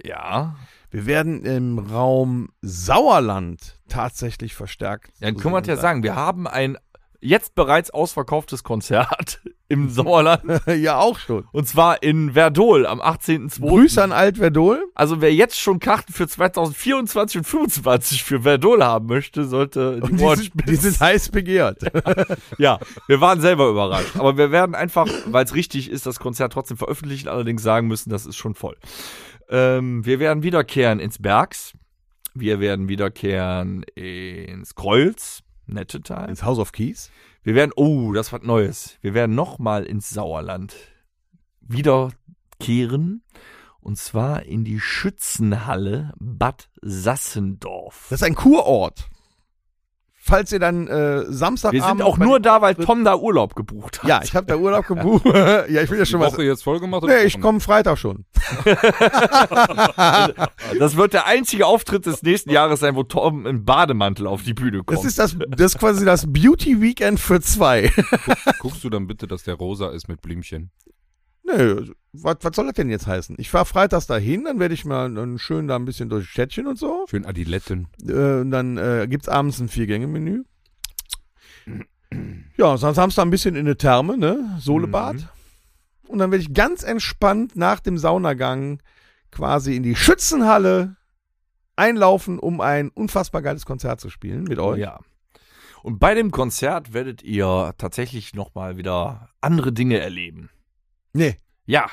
Speaker 2: Ja,
Speaker 3: Wir werden im Raum Sauerland tatsächlich verstärkt.
Speaker 2: Dann können wir es ja sagen, wir haben ein jetzt bereits ausverkauftes Konzert im Sauerland.
Speaker 3: ja, auch schon.
Speaker 2: Und zwar in Verdol am 18.02.
Speaker 3: Grüße an Altverdol.
Speaker 2: Also wer jetzt schon Karten für 2024 und 2025 für Verdol haben möchte, sollte
Speaker 3: Und die
Speaker 2: Ohren
Speaker 3: sind, die
Speaker 2: spitzen.
Speaker 3: sind heiß begehrt.
Speaker 2: Ja, wir waren selber überrascht. Aber wir werden einfach, weil es richtig ist, das Konzert trotzdem veröffentlichen, allerdings sagen müssen, das ist schon voll. Ähm, wir werden wiederkehren ins Bergs. Wir werden wiederkehren ins Kreuz. Nette Teil.
Speaker 3: Ins House of Keys.
Speaker 2: Wir werden, oh, das war Neues. Wir werden nochmal ins Sauerland wiederkehren. Und zwar in die Schützenhalle Bad Sassendorf.
Speaker 3: Das ist ein Kurort. Falls ihr dann äh, Samstagabend...
Speaker 2: Wir sind auch
Speaker 3: bei-
Speaker 2: nur da, weil Tom da Urlaub gebucht hat.
Speaker 3: Ja, ich habe da Urlaub gebucht. ja, ich will ja
Speaker 4: Die
Speaker 3: schon was...
Speaker 4: Woche jetzt voll gemacht? oder
Speaker 3: Nee, ich
Speaker 4: Wochen?
Speaker 3: komme Freitag schon.
Speaker 2: Das wird der einzige Auftritt des nächsten Jahres sein, wo Tom im Bademantel auf die Bühne kommt.
Speaker 3: Das ist, das, das ist quasi das Beauty Weekend für zwei.
Speaker 4: Guckst du dann bitte, dass der rosa ist mit Blümchen?
Speaker 3: Nö, was, was soll das denn jetzt heißen? Ich fahre freitags dahin, dann werde ich mal äh, schön da ein bisschen durch Städtchen und so.
Speaker 4: Schön Adiletten.
Speaker 3: Äh, und dann äh, gibt's abends ein Vier-Gänge-Menü. Ja, sonst Samstag ein bisschen in der Therme, ne? Solebad.
Speaker 2: Mhm.
Speaker 3: Und dann werde ich ganz entspannt nach dem Saunagang quasi in die Schützenhalle einlaufen, um ein unfassbar geiles Konzert zu spielen mit euch.
Speaker 2: ja. Und bei dem Konzert werdet ihr tatsächlich nochmal wieder andere Dinge erleben.
Speaker 3: Nee,
Speaker 2: Ja,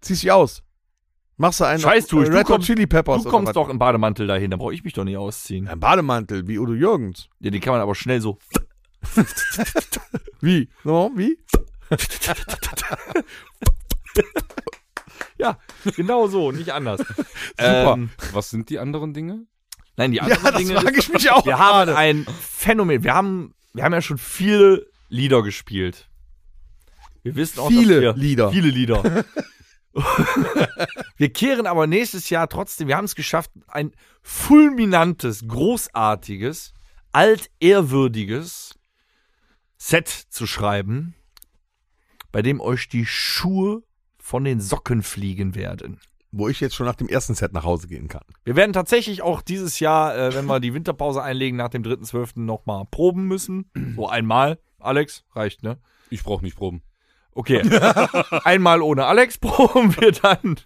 Speaker 3: zieh's dich aus. Machst du einen
Speaker 2: Scheiß
Speaker 3: auf-
Speaker 2: du,
Speaker 3: äh,
Speaker 2: du
Speaker 3: Red Hot
Speaker 2: kommst-
Speaker 3: Chili Peppers
Speaker 2: du kommst
Speaker 3: oder
Speaker 2: doch im Bademantel dahin, da brauche ich mich doch nicht ausziehen.
Speaker 3: Ein Bademantel, wie Udo Jürgens.
Speaker 2: Ja, den kann man aber schnell so.
Speaker 3: Wie? No, wie?
Speaker 2: Ja, genau so, nicht anders.
Speaker 3: Super.
Speaker 2: Ähm,
Speaker 4: Was sind die anderen Dinge?
Speaker 2: nein, die anderen Dinge.
Speaker 3: frag ich mich auch
Speaker 2: wir haben ein Phänomen. Wir haben, wir haben ja schon viele Lieder gespielt. Wir wissen auch,
Speaker 3: Viele
Speaker 2: dass wir,
Speaker 3: Lieder.
Speaker 2: Viele Lieder. wir kehren aber nächstes Jahr trotzdem, wir haben es geschafft, ein fulminantes, großartiges, altehrwürdiges Set zu schreiben, bei dem euch die Schuhe von den Socken fliegen werden.
Speaker 3: Wo ich jetzt schon nach dem ersten Set nach Hause gehen kann.
Speaker 2: Wir werden tatsächlich auch dieses Jahr, äh, wenn wir die Winterpause einlegen, nach dem 3.12. nochmal proben müssen. So einmal. Alex, reicht, ne?
Speaker 4: Ich brauche nicht proben.
Speaker 2: Okay. einmal ohne Alex proben wir dann.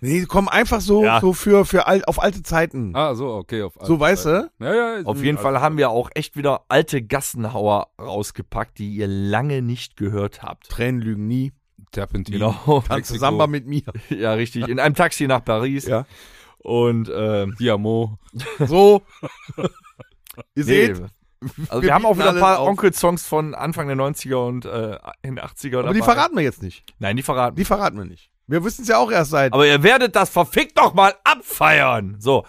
Speaker 3: Nee, komm einfach so,
Speaker 2: Ja.
Speaker 3: so für, für alt, auf alte Zeiten.
Speaker 4: Ah, so, okay. Auf
Speaker 3: so, weißt du?
Speaker 4: Ja, ja. ist-
Speaker 2: Auf jeden Fall haben wir auch echt wieder alte Gassenhauer rausgepackt, die ihr lange nicht gehört habt.
Speaker 3: Tränen lügen nie.
Speaker 4: Terpentin.
Speaker 2: Genau.
Speaker 3: Tanz
Speaker 4: Mexiko.
Speaker 3: Samba mit mir.
Speaker 2: Ja, richtig. In einem Taxi nach Paris.
Speaker 3: Ja.
Speaker 2: Und ähm,
Speaker 4: Diamo.
Speaker 3: So. Ihr seht,
Speaker 2: also wir,
Speaker 3: wir
Speaker 2: haben auch
Speaker 3: bieten
Speaker 2: wieder ein
Speaker 3: alles
Speaker 2: paar
Speaker 3: auf.
Speaker 2: Onkel-Songs von Anfang der 90er und äh, in 80er.
Speaker 3: aber die
Speaker 2: dabei.
Speaker 3: verraten wir jetzt nicht.
Speaker 2: Nein, die verraten.
Speaker 3: Die verraten wir nicht. Wir wissen es ja auch erst seit.
Speaker 2: Aber ihr werdet das verfickt doch mal abfeiern. So.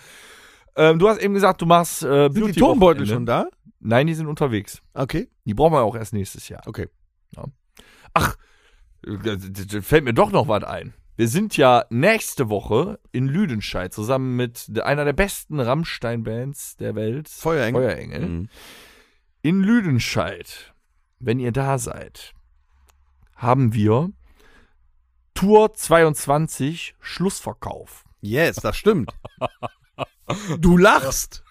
Speaker 2: Ähm, du hast eben gesagt, du machst äh,
Speaker 3: sind die
Speaker 2: Beauty-
Speaker 3: Tonbeutel
Speaker 2: Wochenende.
Speaker 3: schon da?
Speaker 2: Nein, die sind unterwegs.
Speaker 3: Okay.
Speaker 2: Die brauchen wir auch erst nächstes Jahr.
Speaker 3: Okay.
Speaker 2: Ja. Ach, äh, d- d- fällt mir doch noch was ein. Wir sind ja nächste Woche in Lüdenscheid zusammen mit de- einer der besten Rammstein-Bands der Welt.
Speaker 3: Feuerengel.
Speaker 2: Feuerengel.
Speaker 3: Mhm.
Speaker 2: In Lüdenscheid, wenn ihr da seid, haben wir Tour 22 Schlussverkauf.
Speaker 3: Yes, das stimmt. Du lachst.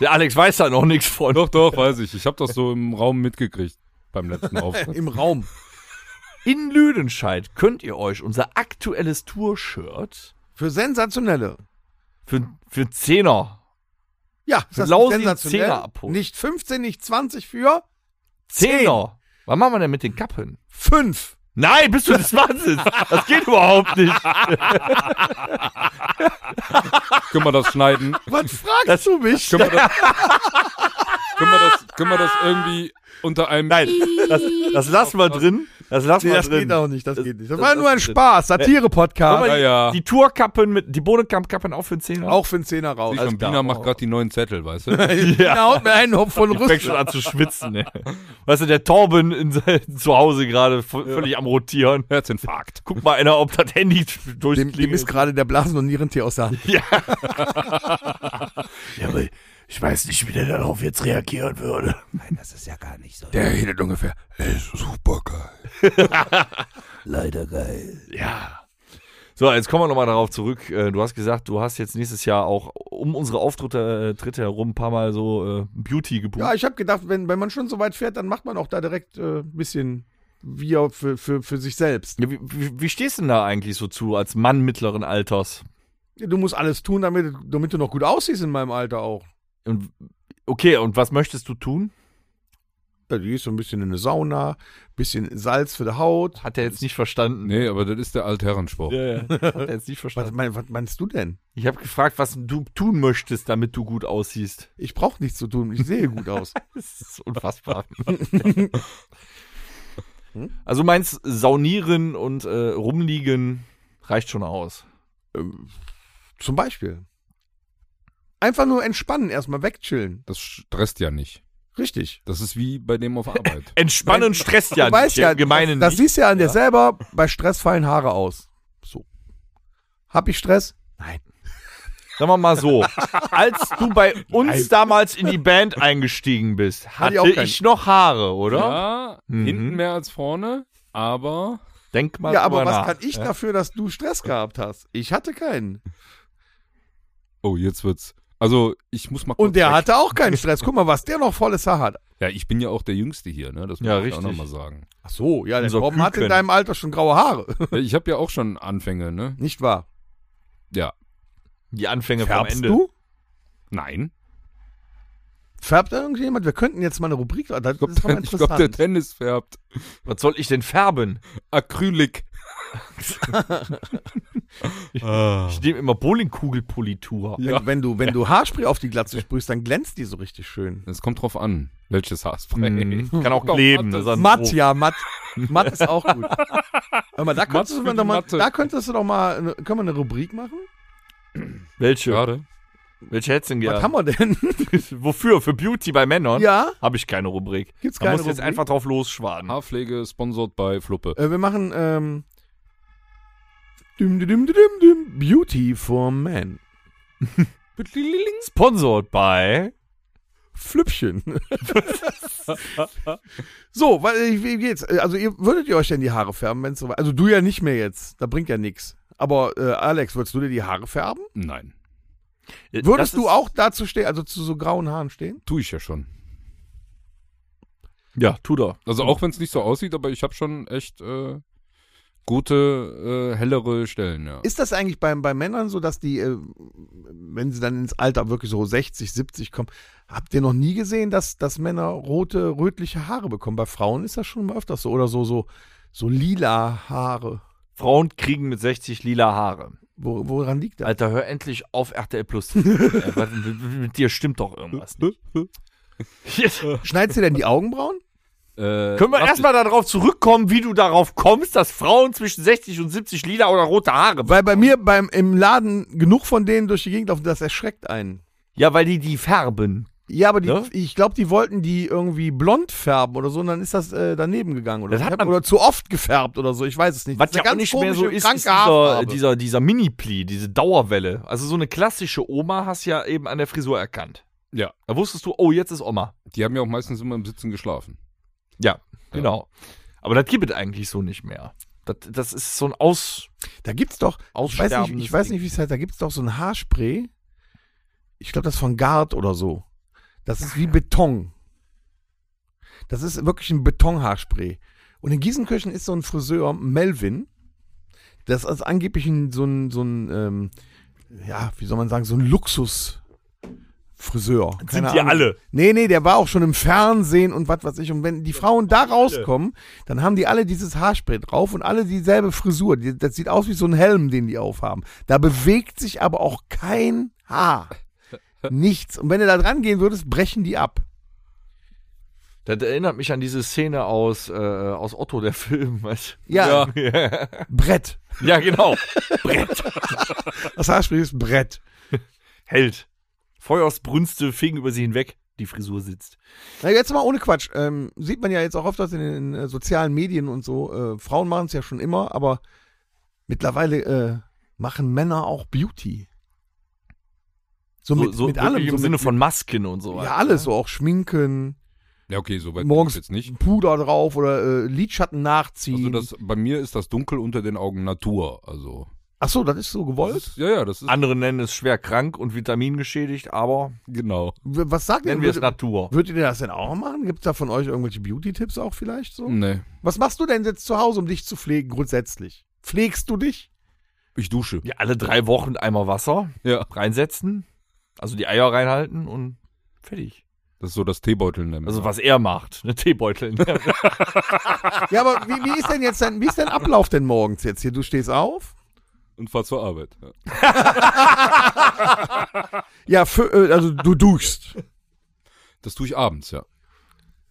Speaker 2: Der Alex weiß da noch nichts von.
Speaker 4: Doch, doch, weiß ich. Ich habe das so im Raum mitgekriegt beim letzten Auftritt.
Speaker 3: Im Raum.
Speaker 2: In Lüdenscheid könnt ihr euch unser aktuelles Tour-Shirt
Speaker 3: Für sensationelle.
Speaker 2: für, für 10er,
Speaker 3: Ja, ist
Speaker 2: Lausigen Zehner abholen.
Speaker 3: Nicht 15, nicht 20 für
Speaker 2: 10er. Was machen wir denn mit den Kappen?
Speaker 3: 5.
Speaker 2: Nein, bist du des Wahnsinns? Das geht überhaupt nicht.
Speaker 4: Können wir das schneiden?
Speaker 3: Was fragst du mich?
Speaker 4: Können wir das, können wir das, können wir das irgendwie unter einem...
Speaker 2: Nein, das, das lassen wir drin. Das lassen
Speaker 3: Nee,
Speaker 2: wir
Speaker 3: das
Speaker 2: drin.
Speaker 3: geht auch nicht, das, geht nicht. Das,
Speaker 2: das-
Speaker 3: war
Speaker 2: das
Speaker 3: nur ein
Speaker 2: geht nicht.
Speaker 3: Spaß,
Speaker 2: Guck mal,
Speaker 3: Satire-Podcast.
Speaker 4: Ja,
Speaker 2: die-
Speaker 4: ja.
Speaker 2: Die Tourkappen mit, die Bodenkampfkappen auch für 10er?
Speaker 3: Auch für einen Zehner raus.
Speaker 4: Siehst du, Bina macht gerade die neuen Zettel, weißt du?
Speaker 3: Ja,
Speaker 5: genau.
Speaker 3: haut mir einen Hopf von
Speaker 2: Ich fäng schon
Speaker 3: Russland.
Speaker 2: an zu schwitzen, ey. Weißt du, der Torben in sein, zu Hause gerade v- völlig am Rotieren.
Speaker 4: Herzinfarkt.
Speaker 2: Guck mal einer, ob das Handy
Speaker 3: Dem, dem
Speaker 2: durchklingelt.
Speaker 3: ist gerade der Blasen- und Nierentier aus der Hand.
Speaker 5: Ja, aber ich weiß nicht, wie der darauf jetzt reagieren würde. Nein, das ist ja gar nicht so. Der redet ungefähr, ey, super geil. Leider geil.
Speaker 2: Ja. So, jetzt kommen wir nochmal darauf zurück. Äh, Du hast gesagt, du hast jetzt nächstes Jahr auch um unsere Auftritte äh, Tritte herum ein paar Mal so äh, Beauty gebucht.
Speaker 3: Ja, ich habe gedacht, wenn, wenn man schon so weit fährt, dann macht man auch da direkt äh, ein bisschen wie auch für, für, für sich selbst.
Speaker 2: Ja, wie, wie, wie stehst du denn da eigentlich so zu als Mann mittleren Alters?
Speaker 3: Du musst alles tun, damit, damit du noch gut aussiehst in meinem Alter auch.
Speaker 2: Und, okay, und was möchtest du tun?
Speaker 3: Da gehst du ein bisschen in eine Sauna, bisschen Salz für die Haut.
Speaker 2: Hat er jetzt nicht verstanden.
Speaker 4: Nee, aber das ist der Altherrenspruch.
Speaker 2: Ja, ja. Hat er jetzt nicht
Speaker 3: Was,
Speaker 2: verstanden.
Speaker 3: mein, was meinst du denn?
Speaker 2: Ich habe gefragt, was du tun möchtest, damit du gut aussiehst.
Speaker 3: Ich brauche nichts zu tun, ich sehe gut aus.
Speaker 2: Das ist unfassbar. also meins Saunieren und äh, Rumliegen reicht schon aus.
Speaker 3: Zum Beispiel. Einfach nur entspannen, erstmal wegchillen.
Speaker 4: Das stresst ja nicht.
Speaker 3: Richtig.
Speaker 4: Das ist wie bei dem auf Arbeit.
Speaker 2: Entspannen stresst ja
Speaker 3: du weißt ja,
Speaker 2: gemeinen
Speaker 3: das, das siehst du ja an dir selber, bei Stress fallen Haare aus. So. Hab ich Stress? Nein.
Speaker 2: Sagen wir mal so, als du bei uns damals in die Band eingestiegen bist,
Speaker 3: Hatte ich
Speaker 2: hatte
Speaker 3: auch
Speaker 2: ich,
Speaker 3: keinen.
Speaker 2: noch Haare, oder?
Speaker 4: Ja,
Speaker 2: Mhm.
Speaker 4: hinten mehr als vorne, aber
Speaker 2: Denk mal
Speaker 3: ja, aber
Speaker 2: drüber
Speaker 3: was
Speaker 2: nach.
Speaker 3: kann ich dafür, dass du Stress gehabt hast? Ich hatte keinen.
Speaker 4: Oh, jetzt wird's. Also, ich muss mal kurz
Speaker 3: Und der
Speaker 4: weg.
Speaker 3: hatte auch keinen Stress. Guck mal, was der noch volles Haar hat.
Speaker 4: Ja, ich bin ja auch der Jüngste hier, ne? Das muss
Speaker 2: Ja,
Speaker 4: ich auch
Speaker 2: richtig.
Speaker 4: nochmal sagen.
Speaker 3: Ach so, ja, der
Speaker 2: Unser
Speaker 3: Torben hatte in
Speaker 2: Küken.
Speaker 3: deinem Alter schon graue Haare.
Speaker 4: Ja, ich habe ja auch schon Anfänge, ne?
Speaker 3: Nicht wahr?
Speaker 4: Ja.
Speaker 2: Die Anfänge vom
Speaker 3: Färbst
Speaker 2: Ende.
Speaker 3: du?
Speaker 4: Nein.
Speaker 3: Färbt irgendjemand? Wir könnten jetzt mal eine Rubrik. Das
Speaker 4: Ich glaube,
Speaker 3: ist doch mal
Speaker 4: glaub, der
Speaker 3: interessant.
Speaker 4: Tennis färbt.
Speaker 2: Was soll ich denn färben?
Speaker 4: Acrylik.
Speaker 2: Ich nehme immer Bowlingkugelpolitur.
Speaker 3: wenn, wenn, du, wenn du Haarspray auf die Glatze sprühst, dann glänzt die so richtig schön.
Speaker 4: Es kommt drauf an, welches Haarspray.
Speaker 2: Mhm. Kann auch
Speaker 4: Doch,
Speaker 2: kleben.
Speaker 4: Mathe.
Speaker 2: das ist ein-
Speaker 3: Matt, ja, matt. Matt ist auch gut. Aber da könntest,
Speaker 4: für
Speaker 3: du, doch
Speaker 4: die
Speaker 3: mal,
Speaker 4: Matte.
Speaker 3: da könntest du doch mal, eine- können wir eine Rubrik machen?
Speaker 2: Welche?
Speaker 4: Schade.
Speaker 2: Welche hättest du denn
Speaker 3: Was
Speaker 2: gerne?
Speaker 3: haben wir denn?
Speaker 2: Wofür? Für Beauty bei Männern?
Speaker 3: ja,
Speaker 2: Habe ich keine Rubrik.
Speaker 3: gibt's
Speaker 2: Da
Speaker 3: keine
Speaker 2: muss jetzt
Speaker 3: Rubrik?
Speaker 2: einfach drauf losschwaden.
Speaker 4: Haarpflege sponsored bei Fluppe.
Speaker 3: Äh, wir machen ähm, düm, düm, düm, düm, düm, Beauty for Men.
Speaker 2: Sponsored by.
Speaker 3: Flüppchen. so, weil, äh, wie geht's? Äh, Also ihr würdet ihr euch denn die Haare färben, wenn es so weit- Also du ja nicht mehr jetzt, da bringt ja nichts. Aber äh, Alex, würdest du dir die Haare färben?
Speaker 4: Nein.
Speaker 2: Das
Speaker 3: Würdest du
Speaker 2: ist-
Speaker 3: auch dazu stehen, also zu so grauen Haaren stehen?
Speaker 4: Tu ich ja schon.
Speaker 2: Ja, tu da.
Speaker 3: Mhm.
Speaker 4: Also auch wenn es nicht so aussieht, aber ich habe schon echt äh, gute, äh, hellere Stellen, ja.
Speaker 3: Ist das eigentlich bei, bei Männern so, dass die, äh, wenn sie dann ins Alter wirklich so 60, 70 kommen, habt ihr noch nie gesehen, dass, dass Männer rote, rötliche Haare bekommen? Bei Frauen ist das schon mal öfters so. Oder so, so, so lila Haare.
Speaker 2: Frauen kriegen mit 60 lila Haare.
Speaker 3: Wo, woran liegt das?
Speaker 2: Alter, hör endlich auf RTL Plus. Äh, was- mit dir stimmt doch irgendwas nicht. Jetzt
Speaker 3: Schneidest du denn die Augenbrauen?
Speaker 4: Äh,
Speaker 2: Können wir
Speaker 4: mach
Speaker 2: erstmal darauf zurückkommen, wie du darauf kommst, dass Frauen zwischen 60 und 70 lila oder rote Haare
Speaker 3: Weil bei mir beim, im Laden genug von denen durch die Gegend laufen, das erschreckt einen.
Speaker 2: Ja, weil die die färben.
Speaker 3: Ja, aber die,
Speaker 2: Ne?
Speaker 3: ich glaube, die wollten die irgendwie blond färben oder so und dann ist das äh, daneben gegangen. Oder,
Speaker 2: Das hat
Speaker 3: so.
Speaker 2: man-
Speaker 3: oder zu oft gefärbt oder so, ich weiß es nicht.
Speaker 2: Was ja
Speaker 3: Das ist eine
Speaker 2: auch
Speaker 3: ganz
Speaker 2: nicht mehr so
Speaker 3: komische,
Speaker 2: ist,
Speaker 3: kranke
Speaker 2: ist
Speaker 3: Haarfarbe.
Speaker 2: dieser, äh, dieser, dieser Mini-Pli, diese Dauerwelle. Also so eine klassische Oma hast du ja eben an der Frisur erkannt.
Speaker 4: Ja.
Speaker 2: Da wusstest du, oh, jetzt ist Oma.
Speaker 4: Die haben ja auch meistens immer im Sitzen geschlafen.
Speaker 2: Ja, genau. Aber das gibt es eigentlich so nicht mehr. Das, das ist so ein Aus...
Speaker 3: Da gibt's doch, ich weiß nicht,
Speaker 2: Aussterbendes
Speaker 3: ich weiß
Speaker 2: Ding.
Speaker 3: nicht, wie es heißt, da gibt's doch so ein Haarspray. Ich glaube, das ist von Gard oder
Speaker 2: Ah,
Speaker 3: so. Das ist wie Beton. Das ist wirklich ein Betonhaarspray. Und in Giesenkirchen ist so ein Friseur, Melvin, das ist angeblich ein, so ein, so ein ähm, ja, wie soll man sagen, so ein Luxus-Friseur.
Speaker 2: Sind
Speaker 3: Keine
Speaker 2: die
Speaker 3: Ahnung.
Speaker 2: alle?
Speaker 3: Nee, nee, der war auch schon im Fernsehen und was weiß ich. Und wenn die Frauen da rauskommen, dann haben die alle dieses Haarspray drauf und alle dieselbe Frisur. Die, das sieht aus wie so ein Helm, den die aufhaben. Da bewegt sich aber auch kein Haar. Nichts. Und wenn du da dran gehen würdest, brechen die ab.
Speaker 2: Das erinnert mich an diese Szene aus, äh, aus Otto, der Film. Weißt?
Speaker 3: Ja, Brett.
Speaker 2: du? ja, genau.
Speaker 3: Das Haarspray ist Brett.
Speaker 2: Held. Feuersbrünste fegen über sie hinweg. Die Frisur sitzt.
Speaker 3: Na, jetzt mal ohne Quatsch. Ähm, sieht man ja jetzt auch oft, dass in den äh, sozialen Medien und so, äh, Frauen machen es ja schon immer, aber mittlerweile äh, machen Männer auch Beauty. So, mit, mit allem.
Speaker 2: wirklich
Speaker 3: so
Speaker 2: im
Speaker 3: mit,
Speaker 2: Sinne von Masken und so halt,
Speaker 3: Ja, alles, so auch Schminken,
Speaker 4: Ja, okay, soweit
Speaker 3: morgens
Speaker 4: jetzt nicht.
Speaker 3: Puder drauf oder äh, Lidschatten
Speaker 4: Also
Speaker 3: nachziehen.
Speaker 4: das, bei mir ist das Dunkel unter den Augen Natur. Also
Speaker 3: Ach so, das ist so
Speaker 4: Das
Speaker 3: gewollt?
Speaker 4: ist, ja, ja, das ist
Speaker 2: Andere nennen es schwer krank und vitamingeschädigt, aber
Speaker 4: genau.
Speaker 3: W- Was sagt ihr?
Speaker 2: nennen wir es
Speaker 3: Würdet,
Speaker 2: Natur.
Speaker 3: würdet ihr das denn auch machen? Gibt es da von euch irgendwelche Beauty-Tipps auch vielleicht so?
Speaker 4: Nee,
Speaker 3: Was machst du denn jetzt zu Hause, um dich zu pflegen grundsätzlich? Pflegst du dich?
Speaker 4: ich dusche.
Speaker 2: Ja, alle drei Wochen einmal Wasser
Speaker 4: Ja,
Speaker 2: reinsetzen, also die Eier reinhalten und fertig.
Speaker 4: das ist so das Teebeutel nehmen.
Speaker 2: Also was er macht, ne Teebeutel.
Speaker 3: Ja, aber wie, wie ist denn jetzt dein, wie ist dein Ablauf denn morgens jetzt hier? Du stehst auf?
Speaker 4: und fahr zur Arbeit. Ja.
Speaker 3: Ja, für, äh, also du duschst.
Speaker 4: Das tue ich abends, ja.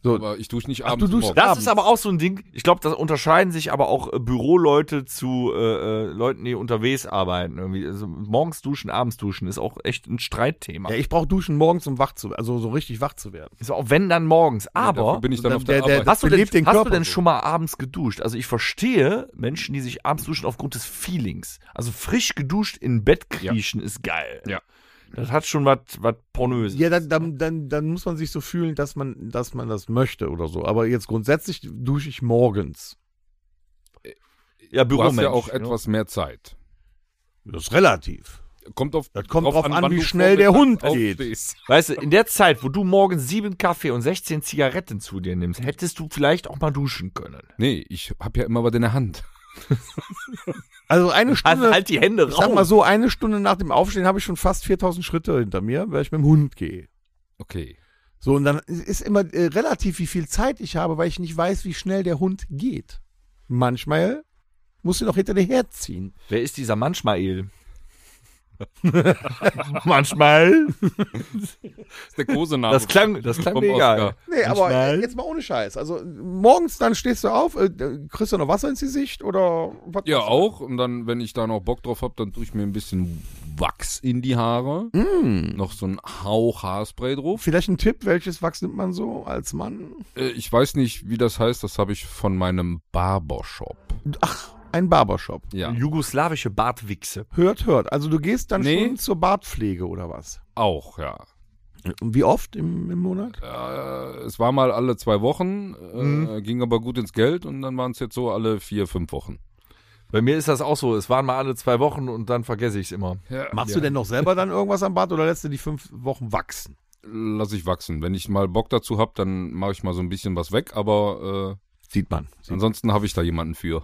Speaker 3: So.
Speaker 4: Aber ich dusche nicht
Speaker 3: Ach,
Speaker 4: abends.
Speaker 3: du duschst
Speaker 4: morgens.
Speaker 2: Das
Speaker 3: Abends.
Speaker 2: ist aber auch so ein Ding. Ich glaube, das unterscheiden sich aber auch äh, Büroleute zu äh, äh, Leuten, die unterwegs arbeiten. Irgendwie. Also morgens duschen, abends duschen ist auch echt ein Streitthema.
Speaker 3: Ja, ich brauche duschen morgens, um wach zu also so richtig wach zu werden.
Speaker 2: Ist auch wenn dann morgens.
Speaker 4: Dafür
Speaker 2: Aber
Speaker 4: bin ich dann
Speaker 3: der-
Speaker 4: auf der,
Speaker 3: der- das
Speaker 4: Arbeit.
Speaker 2: hast, du denn,
Speaker 3: belebt den
Speaker 2: hast
Speaker 3: Körper
Speaker 2: du denn
Speaker 3: so.
Speaker 2: schon mal abends geduscht? Also ich verstehe Menschen, die sich abends duschen aufgrund des Feelings. Also frisch geduscht in Bett kriechen ist geil.
Speaker 4: Ja.
Speaker 2: Das hat schon was was Pornöses.
Speaker 3: Ja, dann, dann, dann, dann muss man sich so fühlen, dass man, dass man das möchte oder so. Aber jetzt grundsätzlich dusche ich morgens.
Speaker 2: Ja,
Speaker 4: du hast ja
Speaker 2: Büromensch,
Speaker 4: auch
Speaker 2: ne?
Speaker 4: etwas mehr Zeit.
Speaker 3: Das ist relativ.
Speaker 4: Kommt auf
Speaker 3: Das kommt drauf an,
Speaker 4: wann
Speaker 3: wie
Speaker 4: du
Speaker 3: schnell der
Speaker 4: vormittags
Speaker 3: Hund geht.
Speaker 4: aufstehst.
Speaker 2: Weißt du, in der Zeit, wo du morgens sieben Kaffee und 16 Zigaretten zu dir nimmst, hättest du vielleicht auch mal duschen können.
Speaker 4: Nee, ich habe ja immer was in der Hand.
Speaker 3: Also eine
Speaker 2: Also
Speaker 3: Stunde,
Speaker 2: halt die Hände
Speaker 3: ich
Speaker 2: raus.
Speaker 3: sag mal so, eine Stunde nach dem Aufstehen habe ich schon fast 4000 Schritte hinter mir, weil ich mit dem Hund gehe.
Speaker 4: Okay.
Speaker 3: So, und dann ist immer äh, relativ, wie viel Zeit ich habe, weil ich nicht weiß, wie schnell der Hund geht. Manchmal musst du noch hinter dir herziehen.
Speaker 2: Wer ist dieser Manchmal? Manchmal?
Speaker 4: Das ist der große Name.
Speaker 2: Das klang, das klang
Speaker 4: Vom
Speaker 2: mir egal.
Speaker 4: Oscar.
Speaker 3: Nee, aber äh, jetzt mal ohne Scheiß. Also morgens dann stehst du auf, äh, äh, kriegst du noch Wasser ins Gesicht oder was?
Speaker 4: Ja, auch. Und dann, wenn ich da noch Bock drauf habe, dann tue ich mir ein bisschen Wachs in die Haare. Noch so ein Hauch Haarspray drauf.
Speaker 3: Vielleicht ein Tipp, welches Wachs nimmt man so als Mann?
Speaker 4: Äh, Ich weiß nicht, wie das heißt. Das habe ich von meinem Barbershop.
Speaker 3: Ach, ein Barbershop.
Speaker 4: Ja,
Speaker 2: Jugoslawische Bartwichse.
Speaker 3: Hört, hört. Also du gehst dann
Speaker 4: Nee.
Speaker 3: schon zur Bartpflege oder was?
Speaker 4: auch, ja.
Speaker 3: Und wie oft im, im Monat?
Speaker 4: Äh, es war mal alle zwei Wochen, äh, ging aber gut ins Geld und dann waren es jetzt so alle vier, fünf Wochen.
Speaker 2: Bei mir ist das auch so. Es waren mal alle zwei Wochen und dann vergesse ich es immer.
Speaker 3: Machst du denn noch selber dann irgendwas am Bart oder lässt du die fünf Wochen wachsen?
Speaker 4: Lass ich wachsen. Wenn ich mal Bock dazu habe, dann mache ich mal so ein bisschen was weg, aber
Speaker 3: Sieht man.
Speaker 4: äh, ansonsten habe ich da jemanden für.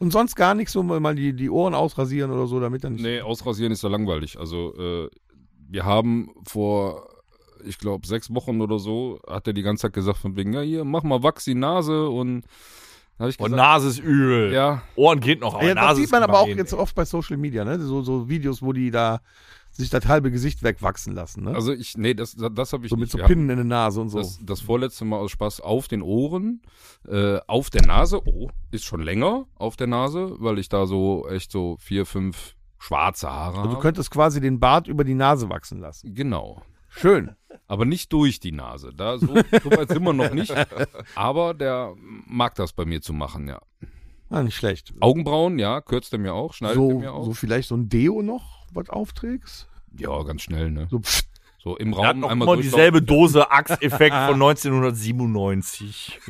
Speaker 3: Und sonst gar nichts, so mal die, die Ohren ausrasieren oder so, damit dann nicht.
Speaker 4: Nee, ausrasieren ist ja langweilig. Also, äh, wir haben vor, ich glaube, sechs Wochen oder so, hat er die ganze Zeit gesagt von wegen, ja, hier, mach mal Wachs die Nase und da habe ich
Speaker 2: Und
Speaker 4: gesagt,
Speaker 2: Nase ist übel.
Speaker 4: ja,
Speaker 2: Ohren geht noch, aber
Speaker 3: ja, das
Speaker 2: Nase
Speaker 3: sieht man
Speaker 2: ist
Speaker 3: aber auch
Speaker 2: gemein,
Speaker 3: jetzt
Speaker 2: ey.
Speaker 3: oft bei Social Media, ne? So, so Videos, wo die da sich das halbe Gesicht wegwachsen lassen, ne?
Speaker 4: also ich, nee, das, das habe ich
Speaker 3: so
Speaker 4: nicht.
Speaker 3: mit so
Speaker 4: Wir haben-
Speaker 3: Pinnen in der Nase und so.
Speaker 4: Das, das vorletzte Mal aus Spaß auf den Ohren, äh, auf der Nase, oh, ist schon länger auf der Nase, weil ich da so echt so vier, fünf schwarze Haare
Speaker 3: also du
Speaker 4: habe.
Speaker 3: könntest quasi den Bart über die Nase wachsen lassen.
Speaker 4: Genau.
Speaker 3: Schön.
Speaker 4: Aber nicht durch die Nase. Da so, so weit sind wir noch nicht. Aber der mag das bei mir zu machen, ja.
Speaker 3: Ah, nicht schlecht.
Speaker 4: Augenbrauen, ja, kürzt er mir auch, schneidet er
Speaker 3: So,
Speaker 4: mir auch.
Speaker 3: so vielleicht so ein Deo noch, was aufträgst?
Speaker 4: ja, ganz schnell, ne?
Speaker 3: So, pff,
Speaker 4: So im
Speaker 2: Er hat
Speaker 4: Raum
Speaker 2: noch
Speaker 4: einmal
Speaker 2: immer
Speaker 4: durch-
Speaker 2: dieselbe Dose Axe-Effekt von 1997.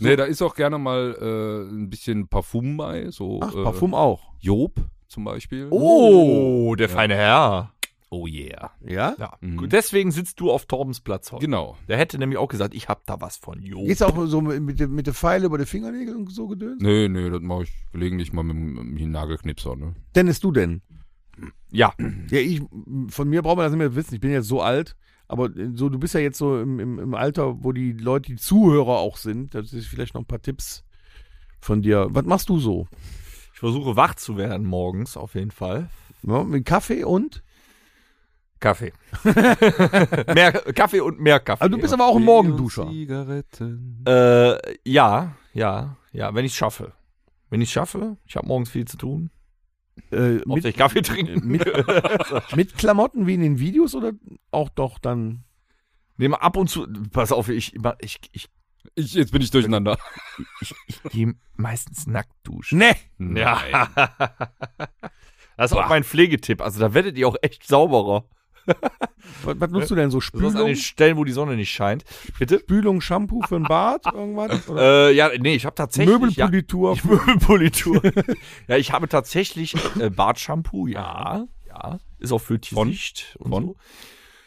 Speaker 4: Nee, da ist auch gerne mal äh, ein bisschen Parfum bei. So
Speaker 3: ach,
Speaker 4: äh,
Speaker 3: Parfum auch.
Speaker 4: Job zum Beispiel.
Speaker 3: Oh!
Speaker 2: Oh, der feine Herr.
Speaker 4: Oh yeah.
Speaker 3: Ja?
Speaker 2: Oh. Ja.
Speaker 4: Mhm.
Speaker 2: Gut, Deswegen sitzt du auf Torbens Platz heute.
Speaker 4: Genau.
Speaker 2: Der hätte nämlich auch gesagt, ich hab da was von. Jo.
Speaker 3: Geht's auch so mit, mit der Pfeile über die Fingernägel und so gedöns?
Speaker 4: Nö, nö, das mache ich gelegentlich mal mit, dem- mit dem Nagelknipser, ne?
Speaker 3: Dennis, du denn?
Speaker 2: Ja.
Speaker 3: Ja, ich, von mir braucht man das nicht mehr wissen. Ich bin jetzt so alt, aber äh, so, du bist ja jetzt so im, im, im Alter, wo die Leute, die Zuhörer auch sind. Das ist vielleicht noch ein paar Tipps von dir. Was machst du so?
Speaker 2: Ich versuche wach zu werden morgens auf jeden Fall.
Speaker 3: Ja, mit Kaffee und?
Speaker 2: Kaffee. mehr Kaffee und mehr Kaffee.
Speaker 3: Also du bist aber auch ein Morgenduscher.
Speaker 4: Zigaretten.
Speaker 2: äh, ja, ja, ja, wenn ich schaffe. Wenn ich schaffe, ich habe morgens viel zu tun.
Speaker 3: Äh,
Speaker 2: Ob
Speaker 3: mit,
Speaker 2: ich Kaffee trinken.
Speaker 3: mit, mit Klamotten wie in den Videos oder auch doch dann?
Speaker 2: Nehme ab und zu, pass auf, ich, ich, ich,
Speaker 4: Ich, jetzt bin ich durcheinander.
Speaker 2: ich, ich gehe meistens nackt duschen.
Speaker 3: Nee.
Speaker 4: Nein.
Speaker 2: Das ist auch mein Pflegetipp. Also da werdet ihr auch echt sauberer.
Speaker 3: Was, was nutzt du denn so?
Speaker 2: Besonders an
Speaker 3: Spülung,
Speaker 2: den Stellen, wo die Sonne nicht scheint. Bitte?
Speaker 3: Spülung Shampoo für ein Bad? Irgendwas? Oder
Speaker 2: Äh, ja, nee, ich habe tatsächlich. ja,
Speaker 3: Möbelpolitur?
Speaker 2: Die Möbelpolitur. ja, ich habe tatsächlich äh, Bartshampoo, ja. Ja. Ist auch für Tieflicht und
Speaker 4: Von?
Speaker 2: so.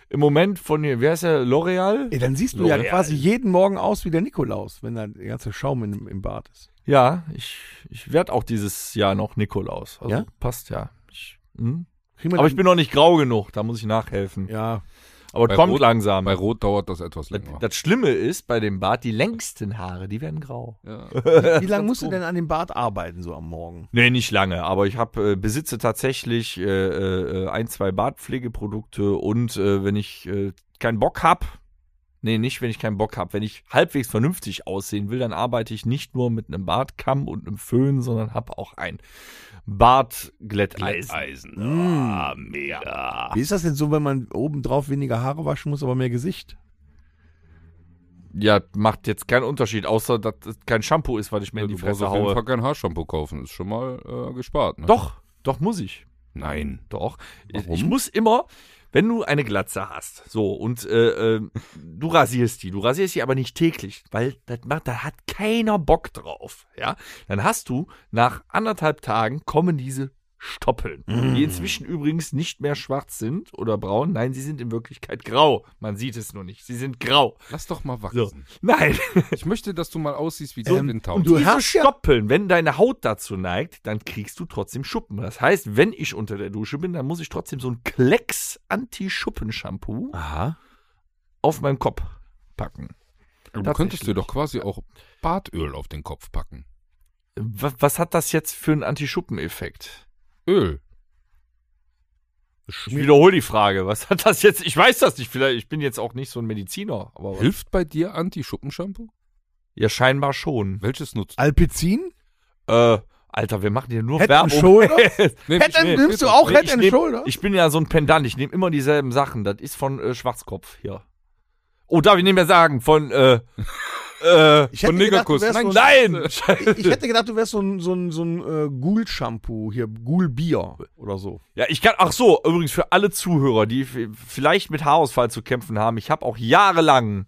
Speaker 2: Im Moment von, wer ist der? L'Oreal?
Speaker 3: Ey, dann siehst du ja
Speaker 2: L'Oreal.
Speaker 3: quasi jeden Morgen aus wie der Nikolaus, wenn da der ganze Schaum in, im Bad ist.
Speaker 2: Ja, ich, ich werde auch dieses Jahr noch Nikolaus. Also
Speaker 3: Ja?
Speaker 2: passt ja. Ich, hm.
Speaker 3: Kriegen wir
Speaker 2: Aber
Speaker 3: dann-
Speaker 2: ich bin noch nicht grau genug, da muss ich nachhelfen.
Speaker 3: Ja,
Speaker 2: Aber
Speaker 4: Bei
Speaker 2: kommt
Speaker 4: Rot-
Speaker 2: langsam.
Speaker 4: Bei Rot dauert das etwas
Speaker 2: das,
Speaker 4: länger.
Speaker 2: das Schlimme ist, bei dem Bart, die längsten Haare, die werden grau.
Speaker 4: Ja.
Speaker 3: Wie lange musst du denn an dem Bart arbeiten, so am Morgen?
Speaker 2: Nee, nicht lange, aber ich hab, äh, besitze tatsächlich äh, äh, ein, zwei Bartpflegeprodukte und äh, wenn ich äh, keinen Bock hab, nee, nicht wenn ich keinen Bock hab, wenn ich halbwegs vernünftig aussehen will, dann arbeite ich nicht nur mit einem Bartkamm und einem Föhn, sondern hab auch ein Bartglätteisen.
Speaker 3: Ah, mega. Wie ist das denn so, wenn man obendrauf weniger Haare waschen muss, aber mehr Gesicht?
Speaker 2: Ja, macht jetzt keinen Unterschied, außer dass es kein Shampoo ist, weil ich mir in die
Speaker 4: du brauchst
Speaker 2: Fresse
Speaker 4: auf jeden Fall
Speaker 2: haue.
Speaker 4: kein Haarshampoo kaufen. Ist schon mal äh, gespart, ne?
Speaker 2: Doch, doch muss ich.
Speaker 4: Nein.
Speaker 2: Doch.
Speaker 4: Warum?
Speaker 2: Ich muss immer, wenn du eine Glatze hast, so, und äh, ähm, du rasierst die, du rasierst die aber nicht täglich, weil das macht, da hat keiner Bock drauf, ja. Dann hast du, nach anderthalb Tagen kommen diese Stoppeln, die inzwischen übrigens nicht mehr schwarz sind oder braun, nein, sie sind in Wirklichkeit grau. Man sieht es nur nicht, sie sind grau.
Speaker 4: Lass doch mal
Speaker 2: So.
Speaker 4: wachsen.
Speaker 2: Nein.
Speaker 4: Ich möchte, dass du mal aussiehst wie Twin Towers.
Speaker 3: und du-
Speaker 2: diese
Speaker 3: hast ja-
Speaker 2: Stoppeln, wenn deine Haut dazu neigt, dann kriegst du trotzdem Schuppen. Das heißt, wenn ich unter der Dusche bin, dann muss ich trotzdem so ein Klecks Anti-Schuppen-Shampoo
Speaker 3: Aha.
Speaker 2: auf meinen Kopf packen.
Speaker 4: Du könntest dir
Speaker 2: Tatsächlich.
Speaker 4: doch quasi auch Bartöl auf den Kopf packen.
Speaker 2: Wa- Was hat das jetzt für einen Anti-Schuppen-Effekt?
Speaker 4: Öl.
Speaker 2: Ich wiederhole die Frage. Was hat das jetzt? Ich weiß das nicht. Vielleicht, ich bin jetzt auch nicht so ein Mediziner, aber
Speaker 4: Hilft bei dir Anti-Schuppenshampoo?
Speaker 2: ja, scheinbar schon.
Speaker 4: Welches nutzt
Speaker 3: Alpizin?
Speaker 2: Äh, Alter, wir machen hier nur
Speaker 3: Head and
Speaker 2: Werbung.
Speaker 3: Shoulders?
Speaker 4: Nee,
Speaker 3: Head and,
Speaker 4: nee,
Speaker 3: nimmst du
Speaker 4: bitte.
Speaker 3: auch
Speaker 2: Nee,
Speaker 3: Head
Speaker 2: ich
Speaker 3: and
Speaker 2: nehm-
Speaker 3: Shoulder?
Speaker 2: Ich bin ja so ein Pendant, ich nehme immer dieselben Sachen. Das ist von äh, Schwarzkopf hier. Oh, darf ich nicht mehr sagen, von äh, äh,
Speaker 3: Ich
Speaker 4: Von Negerkuss.
Speaker 3: du wärst
Speaker 4: Nein,
Speaker 3: so ein,
Speaker 2: Nein!
Speaker 3: ich hätte gedacht, du wärst so ein, so ein, so ein äh, Ghoul-Shampoo, hier Ghoul-Bier oder so.
Speaker 2: Ja, ich kann. Ach so, übrigens für alle Zuhörer, die f- vielleicht mit Haarausfall zu kämpfen haben, ich habe auch jahrelang